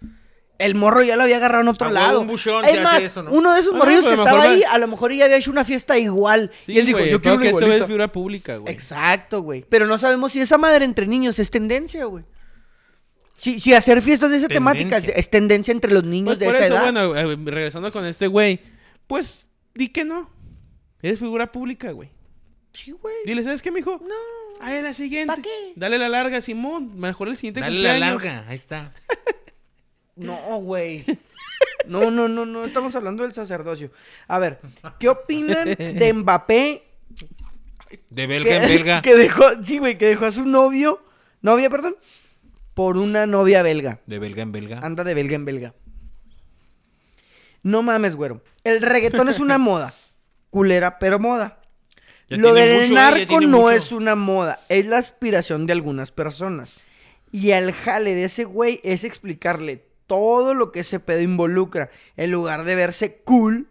B: El morro ya lo había agarrado en otro
A: A huevo,
B: lado.
A: un buchón
B: es
A: se hace
B: más,
A: eso, ¿no?
B: uno de esos
C: Ah,
B: morrillos
C: pero
B: que
C: a lo
B: estaba
C: mejor
B: ahí,
C: va-
B: a lo mejor ya había hecho una fiesta igual.
C: Sí,
B: y él dijo,
C: güey,
B: yo quiero una
C: que este güey es
B: igualita.
C: figura pública, güey.
B: Exacto, güey. Pero no sabemos si esa madre entre niños es tendencia, güey. Si, si hacer fiestas de esa
A: Tendencia.
B: temática es, es tendencia entre los niños
C: Pues
B: de
C: por
B: esa
C: eso,
B: edad.
C: bueno, eh, regresando con este güey, pues di que no. Eres figura pública, güey.
B: Sí, güey.
C: Dile, ¿sabes qué, mijo?
B: No.
C: Ahí la siguiente.
B: ¿Pa qué?
C: Dale la larga, Simón. Mejor el siguiente
A: Dale la
C: cumpleaños.
A: larga, ahí está.
B: No, güey. No, no, no, no. Estamos hablando del sacerdocio. A ver, ¿qué opinan de Mbappé
A: De belga en
B: que,
A: belga.
B: que dejó, sí, güey, que dejó a su novio, novia, perdón, por una novia belga?
A: De belga en belga.
B: Anda de belga en belga. No mames, güero. El reggaetón es una moda. Culera, pero moda.
A: Ya
B: Lo
A: tiene
B: del
A: mucho, eh, ya
B: narco
A: tiene
B: no
A: mucho.
B: es una moda, es la aspiración de algunas personas. Y el jale de ese güey es explicarle todo lo que ese pedo involucra. En lugar de verse cool,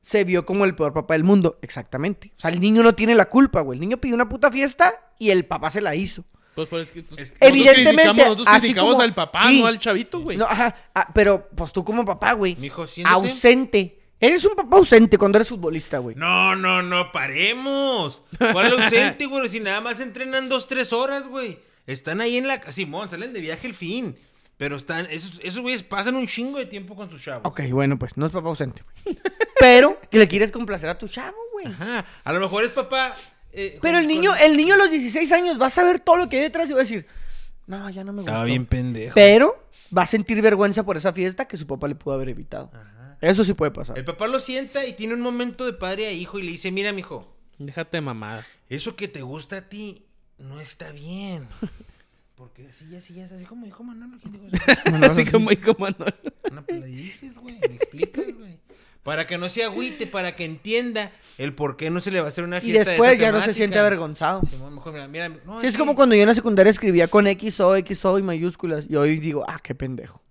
B: se vio como el peor papá del mundo. Exactamente. O sea, el niño no tiene la culpa, güey. El niño pidió una puta fiesta y el papá se la hizo.
C: Pues, pues, es que- nosotros
B: Evidentemente,
C: criticamos- Nosotros
B: así
C: criticamos
B: como-
C: al papá,
B: sí.
C: no al chavito, güey.
B: No, ajá, ah, pero pues tú como papá, güey.
A: Mijo, siéntate.
B: ausente. Eres un papá ausente cuando eres futbolista, güey.
A: No, no, no, paremos. ¿Cuál ausente, güey? Si nada más entrenan dos, tres horas, güey. Están ahí en la... Simón, salen de viaje el fin. Pero están... Esos, esos güeyes pasan un chingo de tiempo con sus chavos.
B: Ok, bueno, pues no es papá ausente, güey. Pero que le quieres complacer a tu chavo, güey.
A: Ajá. A lo mejor es papá... eh,
B: Pero el
A: con-
B: niño,
A: con-
B: el niño a los 16 años va a saber todo lo que hay detrás y va a decir, no, ya no me gusta.
A: Estaba bien pendejo.
B: Pero va a sentir vergüenza por esa fiesta que su papá le pudo haber evitado.
A: Ajá.
B: Eso sí puede pasar.
A: El papá lo sienta y tiene un momento de padre a hijo y le dice, mira, mijo,
C: Déjate de mamada.
A: eso que te gusta a ti no está bien. Porque así, así, así, así como dijo Manolo. ¿quién dijo eso?
C: Así como, como Manolo.
A: No, pues le dices, güey, le explicas, güey. Para que no se agüite, para que entienda el por qué no se le va a hacer una
B: Y
A: fiesta
B: después
A: de esa
B: ya no se
A: temática.
B: siente avergonzado.
A: Simón, mejor mira, mira, no,
B: Sí, es como cuando yo en la secundaria escribía con XO, XO y mayúsculas. Y hoy digo, ah, qué pendejo.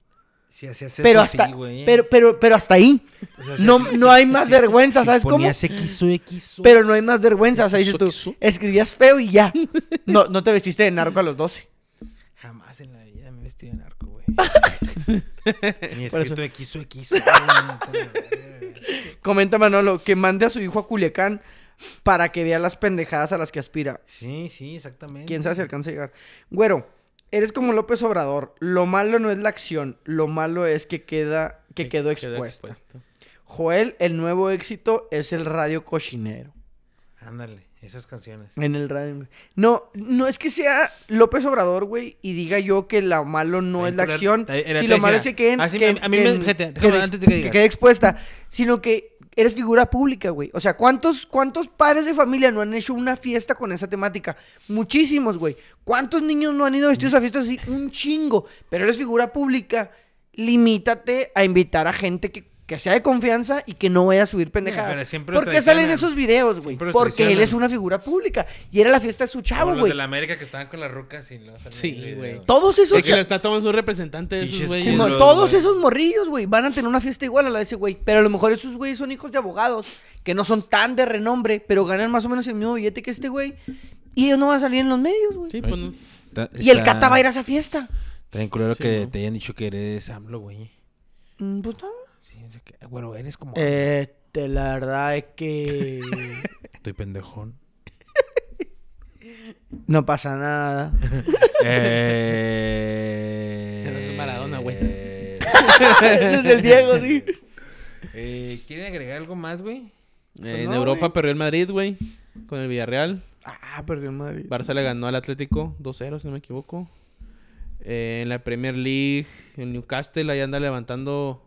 A: Si hacías eso,
B: Pero hasta,
A: sí, güey.
B: pero, pero, pero hasta ahí.
A: O sea, si
B: No,
A: hacías-
B: no hay más vergüenza,
A: si
B: ¿sabes cómo?
A: Ponías XOXO.
B: Pero no hay más vergüenza. O sea, dices tú,
A: XOXO.
B: escribías feo y ya. No, no te vestiste de narco a los 12.
A: Jamás en la vida me vestí de narco, güey. Ni
B: Por eso.
A: escrito XOXO. güey, no te la verga.
B: Comenta Manolo que mande a su hijo a Culiacán para que vea las pendejadas a las que aspira.
A: Sí, sí, exactamente.
B: Quién sabe si alcanza a llegar. Güero, eres como López Obrador. Lo malo no es la acción, lo malo es que queda que quedó expuesta. Joel, el nuevo éxito es el radio cochinero.
A: Ándale, esas canciones.
B: En el radio. No, no es que sea López Obrador, güey, y diga yo que lo malo no
A: Ahí
B: es la
A: curar-
B: acción.
A: ahí- era
B: si
A: eh, te
B: lo malo
A: decía,
B: es que queden.
A: así
B: que-
A: me- a mí
B: que-
A: me- fíjate,
B: que
A: déjame
B: des-
A: antes de que digas.
B: quede expuesta. Sino que eres figura pública, güey. O sea, ¿cuántos, ¿cuántos padres de familia no han hecho una fiesta con esa temática? Muchísimos, güey. ¿Cuántos niños no han ido vestidos a fiestas así? Un chingo. Pero eres figura pública. Limítate a invitar a gente que. que sea de confianza y que no vaya a subir pendejadas.
A: pero siempre los
B: ¿Por qué salen
A: traicionan.
B: esos videos, güey?
A: Siempre los
B: Porque él
A: traicionan.
B: es una figura pública. Y era la fiesta de su
A: Como
B: chavo,
A: los
B: güey.
A: de la América que estaban con las rucas y luego salían
C: Ah, Sí,
A: en el video,
C: güey.
B: Todos esos...
C: Es que lo está tomando un representante de esos
A: Pinches
C: güeyes.
B: Simón,
A: culeros,
B: todos
A: güey.
B: esos morrillos, güey, van a tener una fiesta igual a la de ese güey. Pero a lo mejor esos güeyes son hijos de abogados, que no son tan de renombre, pero ganan más o menos el mismo billete que este güey. Y ellos no van a salir en los medios, güey.
C: Sí, pues no.
A: Está-
B: y el
A: está-
B: Cata va a ir a esa fiesta.
A: Está bien culero
C: Sí,
A: que
C: ¿no?
A: te hayan dicho que eres AMLO, güey.
B: Mm, Pues no.
A: Sí, o sea que, bueno, eres como...
C: Eh.
B: Este, la verdad es que...
A: Estoy pendejón.
B: no pasa nada.
A: eh...
C: Eres un Maradona, güey.
A: Eh...
B: Ese es el Diego, sí.
A: eh, ¿Quieren agregar algo más, güey? Pues
C: Eh, en
B: no,
C: Europa
B: güey.
C: perdió el Madrid, güey. Con el Villarreal.
B: Ah, perdió el Madrid.
C: Barça le ganó al Atlético 2-0, si no me equivoco. Eh, en la Premier League, el Newcastle ahí anda levantando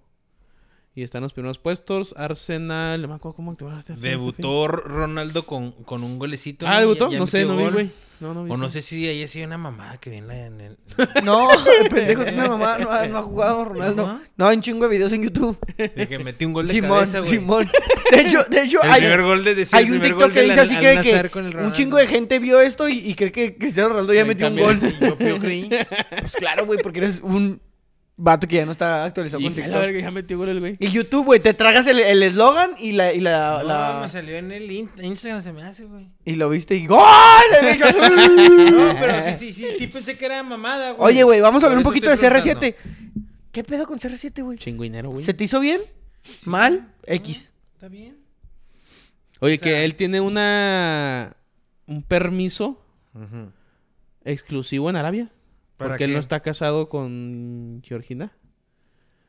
C: y está en los primeros puestos. Arsenal, no me acuerdo cómo activar este Arsenal, este
A: Debutó Ronaldo con, con un golecito.
C: fin. Ah,
A: ¿no?
C: debutó,
A: Ya- ya
C: no sé,
A: metió
C: no vi,
A: gol.
C: güey. No, no vi.
A: O no
C: sí.
A: sé si haya sido una mamada que vi en la... En el...
B: No, pendejo, tiene una mamá, no, ha- no ha jugado Ronaldo.
A: ¿No?
B: No, hay un chingo de videos en YouTube.
A: de que metí un gol de
B: Simón,
A: cabeza, güey.
B: Simón. De hecho, de hecho,
A: El
B: hay,
A: primer gol de decir,
B: hay
A: el
B: un
A: primer
B: TikTok
A: gol
B: que
A: de
B: dice así que, que
A: con el
B: un chingo de gente vio esto y, y cree que Cristiano Ronaldo ya
C: Ay,
B: metió un
C: también.
B: gol.
A: Ronaldo. Sí, Yo, yo creí.
B: Pues claro, güey, porque eres un vato que ya no está actualizado con
C: Y a la
B: TikTok.
C: verga, ya metió gol el güey.
B: Y YouTube, güey, te tragas el- el eslogan y la, y la,
A: No,
B: la-
A: me salió en el in- Instagram, se me hace, güey.
B: y lo viste y ¡Gol! De hecho,
A: No, pero sí, sí, sí, sí pensé que era mamada, güey.
B: Oye, güey, vamos a hablar un
A: Por
B: poquito
A: eso
B: de
A: estoy
B: CR7. ¿Qué pedo con CR7, güey?
C: Chinguinero, güey.
B: ¿Se te hizo bien? ¿Mal? X.
A: preguntando. ¿Está bien?
C: Oye,
A: o sea-
C: que él tiene una. Un permiso exclusivo en Arabia
A: ¿Para
C: Porque él
A: qué?
C: no está casado con Georgina.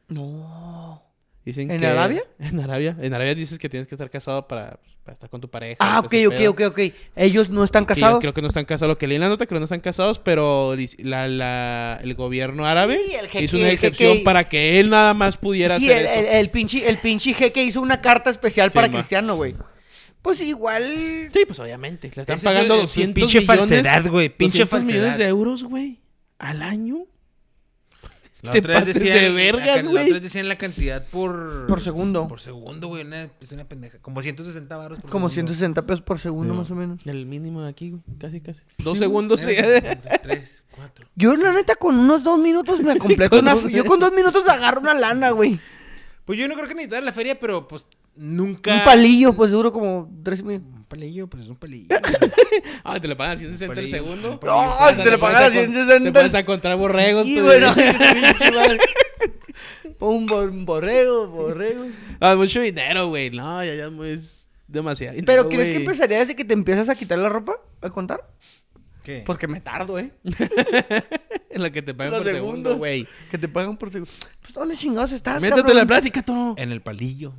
B: No.
C: Dicen
B: ¿En
C: que-
B: Arabia?
C: En Arabia. En Arabia dices que tienes que estar casado para, para estar con tu pareja.
B: Ah,
C: y
B: ok,
C: todo ese
B: ok,
C: pedo.
B: ok, ok. Ellos no están
C: Que yo
B: casados.
C: creo que no están casados. Lo que leí en la nota, creo que no están casados, pero dice- la, la- el gobierno árabe
B: Sí, el jeque-
C: hizo una
B: el
C: excepción
B: jeque-
C: para que él nada más pudiera
B: Sí,
C: hacer
B: el,
C: eso.
B: el, el pinche, el pinche jeque hizo una carta especial para
C: ma.
B: Cristiano, güey. Pues igual.
C: Sí, pues obviamente. Le están
A: Ese es
C: pagando
A: el- el
C: 200
A: pinche
C: millones.
A: falsedad, güey, pinche
C: 200 millones
A: falsedad.
C: de euros, güey. Al año.
A: La
C: Te
A: otra vez
C: pases de
A: decían-
C: vergas,
A: la can- La
C: güey.
A: otra vez decían la cantidad por...
B: Por segundo.
A: Por segundo, güey. Una, es una pendeja. Como 160 baros por
C: Mm.
B: Como
A: segundo.
B: 160 pesos por segundo, más o menos.
C: El mínimo de aquí, güey. Casi, casi. Dos segundos. sí.
A: Eh, Tres, cuatro.
B: Yo, la neta, con unos dos minutos me completo
C: Con
B: una.
C: dos-
B: Yo con dos minutos agarro una lana, güey.
A: Pues yo no creo que necesitar la feria, pero pues nunca...
B: Un palillo, pues duro como tres mil.
A: Un palillo, pues es un palillo.
C: Ah, te le pagan 160 el
A: Palillo,
C: segundo.
A: palillo.
B: No,
A: Hasta
B: si te le pagan
C: pagas
B: a 160.
C: pues, Te puedes encontrar borregos.
B: Sí,
C: pues.
B: bueno. pinche madre. Un bor- un borrego, borrego.
C: Ah, mucho dinero, güey. No, ya, ya es demasiado.
B: Pero
C: dinero,
B: ¿crees que
C: güey.
B: empezaría desde que te empiezas a quitar la ropa a contar?
A: ¿Qué?
B: Porque me tardo, ¿eh?
C: En la que te pagan
B: Los
C: por segundo,
B: segundos.
C: güey.
B: Que te pagan por segundo. Pues ¿dónde chingados estás?
C: Métete
B: cabrón? Eh,
C: la plática, tú.
A: En el palillo.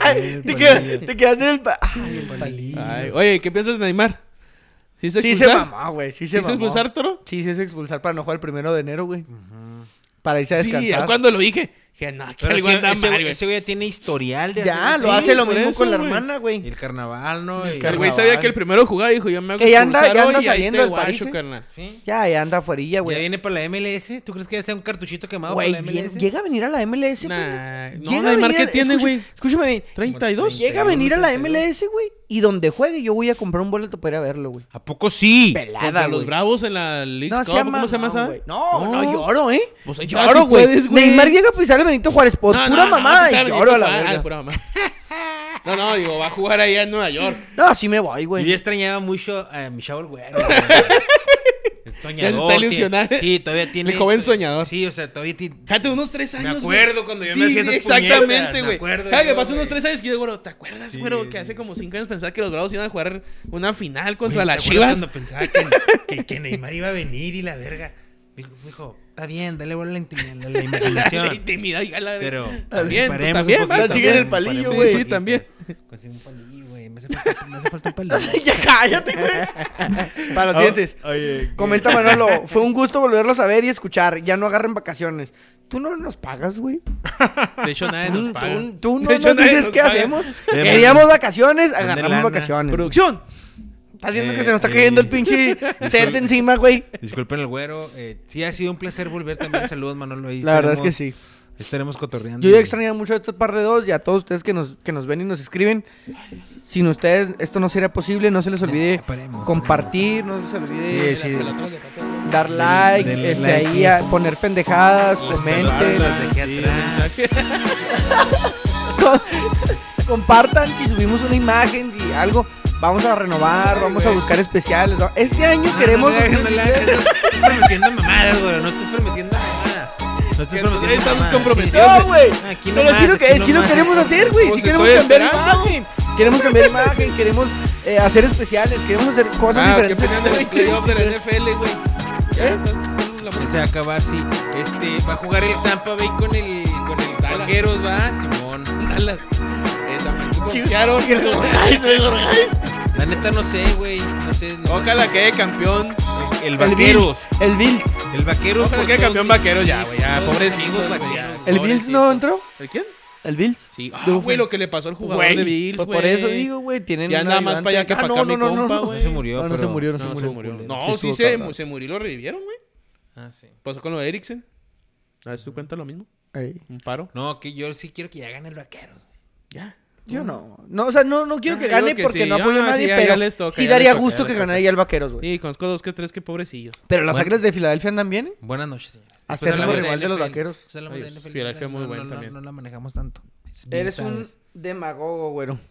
B: Ay, Te, quedas, te quedas en el... pa- Ay, el palillo.
C: Ay, oye, ¿qué piensas de Neymar? ¿Se hizo
B: Sí se
C: expulsar?
B: mamó, güey. Sí
C: ¿Se
B: se
C: hizo
B: mamó.
C: expulsar, Toro?
B: Sí, se hizo expulsar para no jugar el primero de enero, güey. Para irse a
C: Sí,
B: descansar.
C: ya cuando lo dije. Dije, no, que
A: Pero
C: algo
A: ese,
C: anda
A: ese
C: mal,
A: güey-
C: güey.
A: ese güey ya tiene historial de
B: Ya,
A: hacer-
B: lo
A: Sí,
B: hace lo
C: por
B: mismo
C: eso,
B: con la
C: güey.
B: hermana,
A: Y
B: güey.
A: el carnaval, ¿no?
B: El
A: Y-
C: El
B: carnaval.
C: güey sabía que el primero jugaba y dijo, yo me hago
B: Que ya anda-
C: expulsar
B: ya anda
C: hoy y ahí
B: saliendo
C: te
B: del
C: guacho,
B: París, ¿eh?
C: carnal.
A: Sí.
B: Ya, ya anda afuera,
A: Ya
B: güey.
A: viene para la MLS. ¿Tú crees que ya sea un cartuchito quemado
B: Güey,
A: para la
B: bien-
A: MLS?
B: llega a venir a la MLS,
C: Nah,
B: pendejo.
C: no,
B: Llega a
C: Neymar,
B: venir
C: ¿qué
B: a-
C: tiene,
B: escucha-
C: güey?
B: Escúchame bien.
C: ¿32?
A: Llega-
B: Llega a venir a la
A: 32.
B: MLS, güey. Y donde juegue, yo voy a comprar un boleto para ir a verlo, güey.
A: ¿A poco sí?
C: Contra
B: Pelada,
C: los
B: güey.
C: bravos en la League
B: No,
C: Cup,
B: se llama,
C: ¿cómo se llama esa?
B: No, no, lloro, ¿eh?
C: Pues ahí está,
B: lloro,
C: si
B: güey.
C: puedes, güey.
B: Neymar llega a pisar el Benito Juárez por
C: No,
B: pura
C: no, no,
B: mamada
C: no,
B: y
C: no, no,
B: lloro a la
C: ah,
B: verga.
C: pura mamá. No, no, digo, va a jugar allá en Nueva York.
B: No, sí me voy,
A: Yo
B: güey.
A: ya extrañaba mucho a mi chavo el güero. güey. El
C: Ya se
A: Soñador.
C: está ilusionando.
A: tiene- Sí, todavía tiene.
C: El joven soñador.
A: Sí, o sea, todavía tiene.
C: Fíjate, unos tres años.
A: acuerdo cuando yo me hacía esas puñetas,
C: Exactamente,
A: me
C: güey.
A: acuerdo,
C: Fíjate que
A: yo,
C: pasó unos
A: güey.
C: tres años que yo, güey, ¿te acuerdas,
A: Sí,
C: güey?
A: sí.
C: Que hace como cinco años pensaba que los bravos iban a jugar una final
A: Güey,
C: contra
A: ¿te
C: las
A: acuerdas
C: chivas.
A: Cuando pensaba que, que, que Neymar iba a venir y la verga. Dijo, dijo está bien, dale bola a la, intim- a la
C: La
A: imaginación.
C: intimidad, ya la-
A: Pero
C: También, tú
A: paremos
C: también,
A: un
C: va,
A: poquito,
B: sigue en el
A: paremos,
B: palillo,
A: paremos un
C: güey. Sí,
A: poquito.
C: también.
A: Consigue un palillo, güey. Me hace falta, me hace falta un palillo.
B: Ya cállate, güey. Para los dientes.
A: Oye,
B: Comenta Manolo, fue un gusto volverlos a ver y escuchar. Ya no agarren vacaciones. Tú no nos pagas, güey.
C: De hecho, nadie
B: Tú,
C: nos paga.
B: tú- tú no
C: De hecho,
B: nos
C: nadie
B: dices
C: nos
B: qué
C: paga.
B: hacemos.
A: Eh,
B: Queríamos vacaciones,
A: manden
B: agarramos
A: lana.
B: vacaciones.
C: Producción.
B: Estás viendo que
A: Eh,
B: se nos está
A: eh.
B: cayendo el pinche set encima, güey.
A: Disculpen el güero. Eh, sí, ha sido un placer volver también. Saludos, Manolo. ahí
B: La verdad es que
A: estaremos-
B: sí.
A: Estaremos cotorreando.
B: Yo ya extrañaba mucho a estos par de dos y a todos ustedes que nos, que nos ven y nos escriben. Sin ustedes esto no sería posible. No se les olvide
A: Ya, paremos,
B: compartir, no se les olvide
A: Sí, sí.
C: Se la tengo que tapar.
B: dar like,
A: denle
B: este,
A: like.
B: ahí a poner pendejadas, comenten,
A: pelotas de aquí atrás.
B: compartan si subimos una imagen y algo. Vamos a renovar, vamos a buscar especiales. ¿no? Este año queremos...
A: Ah, No, no, no, no, no, estás prometiendo mamadas, güey. No estás prometiendo mamadas. No estás prometiendo
C: Ahí estamos
A: mamadas.
C: comprometidos.
B: No, güey.
A: Aquí
B: Pero
A: nomás,
B: sí lo, que-
A: aquí
B: sí lo
A: nomás.
B: queremos hacer, güey. Sí
C: Pues
B: queremos
C: estoy
B: cambiar
C: esperando.
B: imagen. Queremos cambiar imagen, queremos eh, hacer especiales, queremos hacer cosas
C: Ah, ¿qué
B: diferentes.
C: opinan de los playoffs de la NFL, güey? Ya, la-
A: Se va a acabar, sí. Este, va a jugar el Tampa Bay con el, con el
C: Dallas.
A: Vaqueros, va, Simón.
C: Dallas. Eh, San Francisco confiaron.
B: Que los Jorgais, los Jorgais.
A: La neta no sé, güey. No sé. no-
C: Ojalá quede campeón.
A: El
B: El Bills.
A: Vaqueros.
B: El Bills.
A: El Vaqueros.
C: Ojalá
A: por
C: quede
A: todos
C: campeón
A: mis-
C: vaquero ya, güey. Ya,
A: todos
C: pobrecito.
A: mis amigos
C: güey, ya,
A: vaqueros.
B: ¿El Bills no
C: pobrecito.
B: entró?
C: ¿El quién?
B: ¿El Bills?
C: Sí. Ah,
B: De
C: güey,
B: Buffalo.
C: lo que le pasó al jugador de Bills,
B: Pues
C: güey.
B: por eso digo, güey, tienen
C: Ya
B: un
C: nada más
B: ayudante.
C: para allá que
B: Ah,
C: para
B: no,
C: acá,
B: no,
C: mi
B: no, no,
C: compa,
B: no.
A: No
C: güey.
A: se murió,
B: No, no se
A: pero-
B: murió, no
C: No, se murió.
A: Sí
C: No, sí
A: estuvo
C: se,
A: cabrón.
C: se murió y lo revivieron, güey.
A: Ah, sí.
C: Pasó con lo de Eriksen. A ver si tú cuentas lo mismo.
B: Ey,
C: Un paro.
A: No, que yo sí quiero que ya gane el Vaqueros.
C: Ya.
B: Yo no. No, o sea, no, no quiero
C: Ah,
B: que
C: digo
B: gane
C: que
B: porque
C: sí.
B: no apoyo a
C: Ah,
B: nadie,
C: sí, ya- ya
B: pero
C: les toca,
B: sí
C: ya
B: daría
C: les toca,
B: gusto
C: ya
B: que
C: les
B: ganara ya el Vaqueros, güey.
C: Y conozco dos que tres que pobrecillos.
B: Pero las
A: Bueno.
B: Águilas de Filadelfia andan bien, ¿eh?
A: Buenas noches, señores.
B: Hacerlo
A: Después hablamos
B: rival de los
A: NFL.
B: vaqueros.
A: Después hablamos de
C: Adiós.
A: NFL.
C: Filadelfia muy
A: No, no,
C: bueno
A: no,
C: también.
A: No la manejamos tanto. Es bien
B: Eres un
A: sabes.
B: demagogo, güero.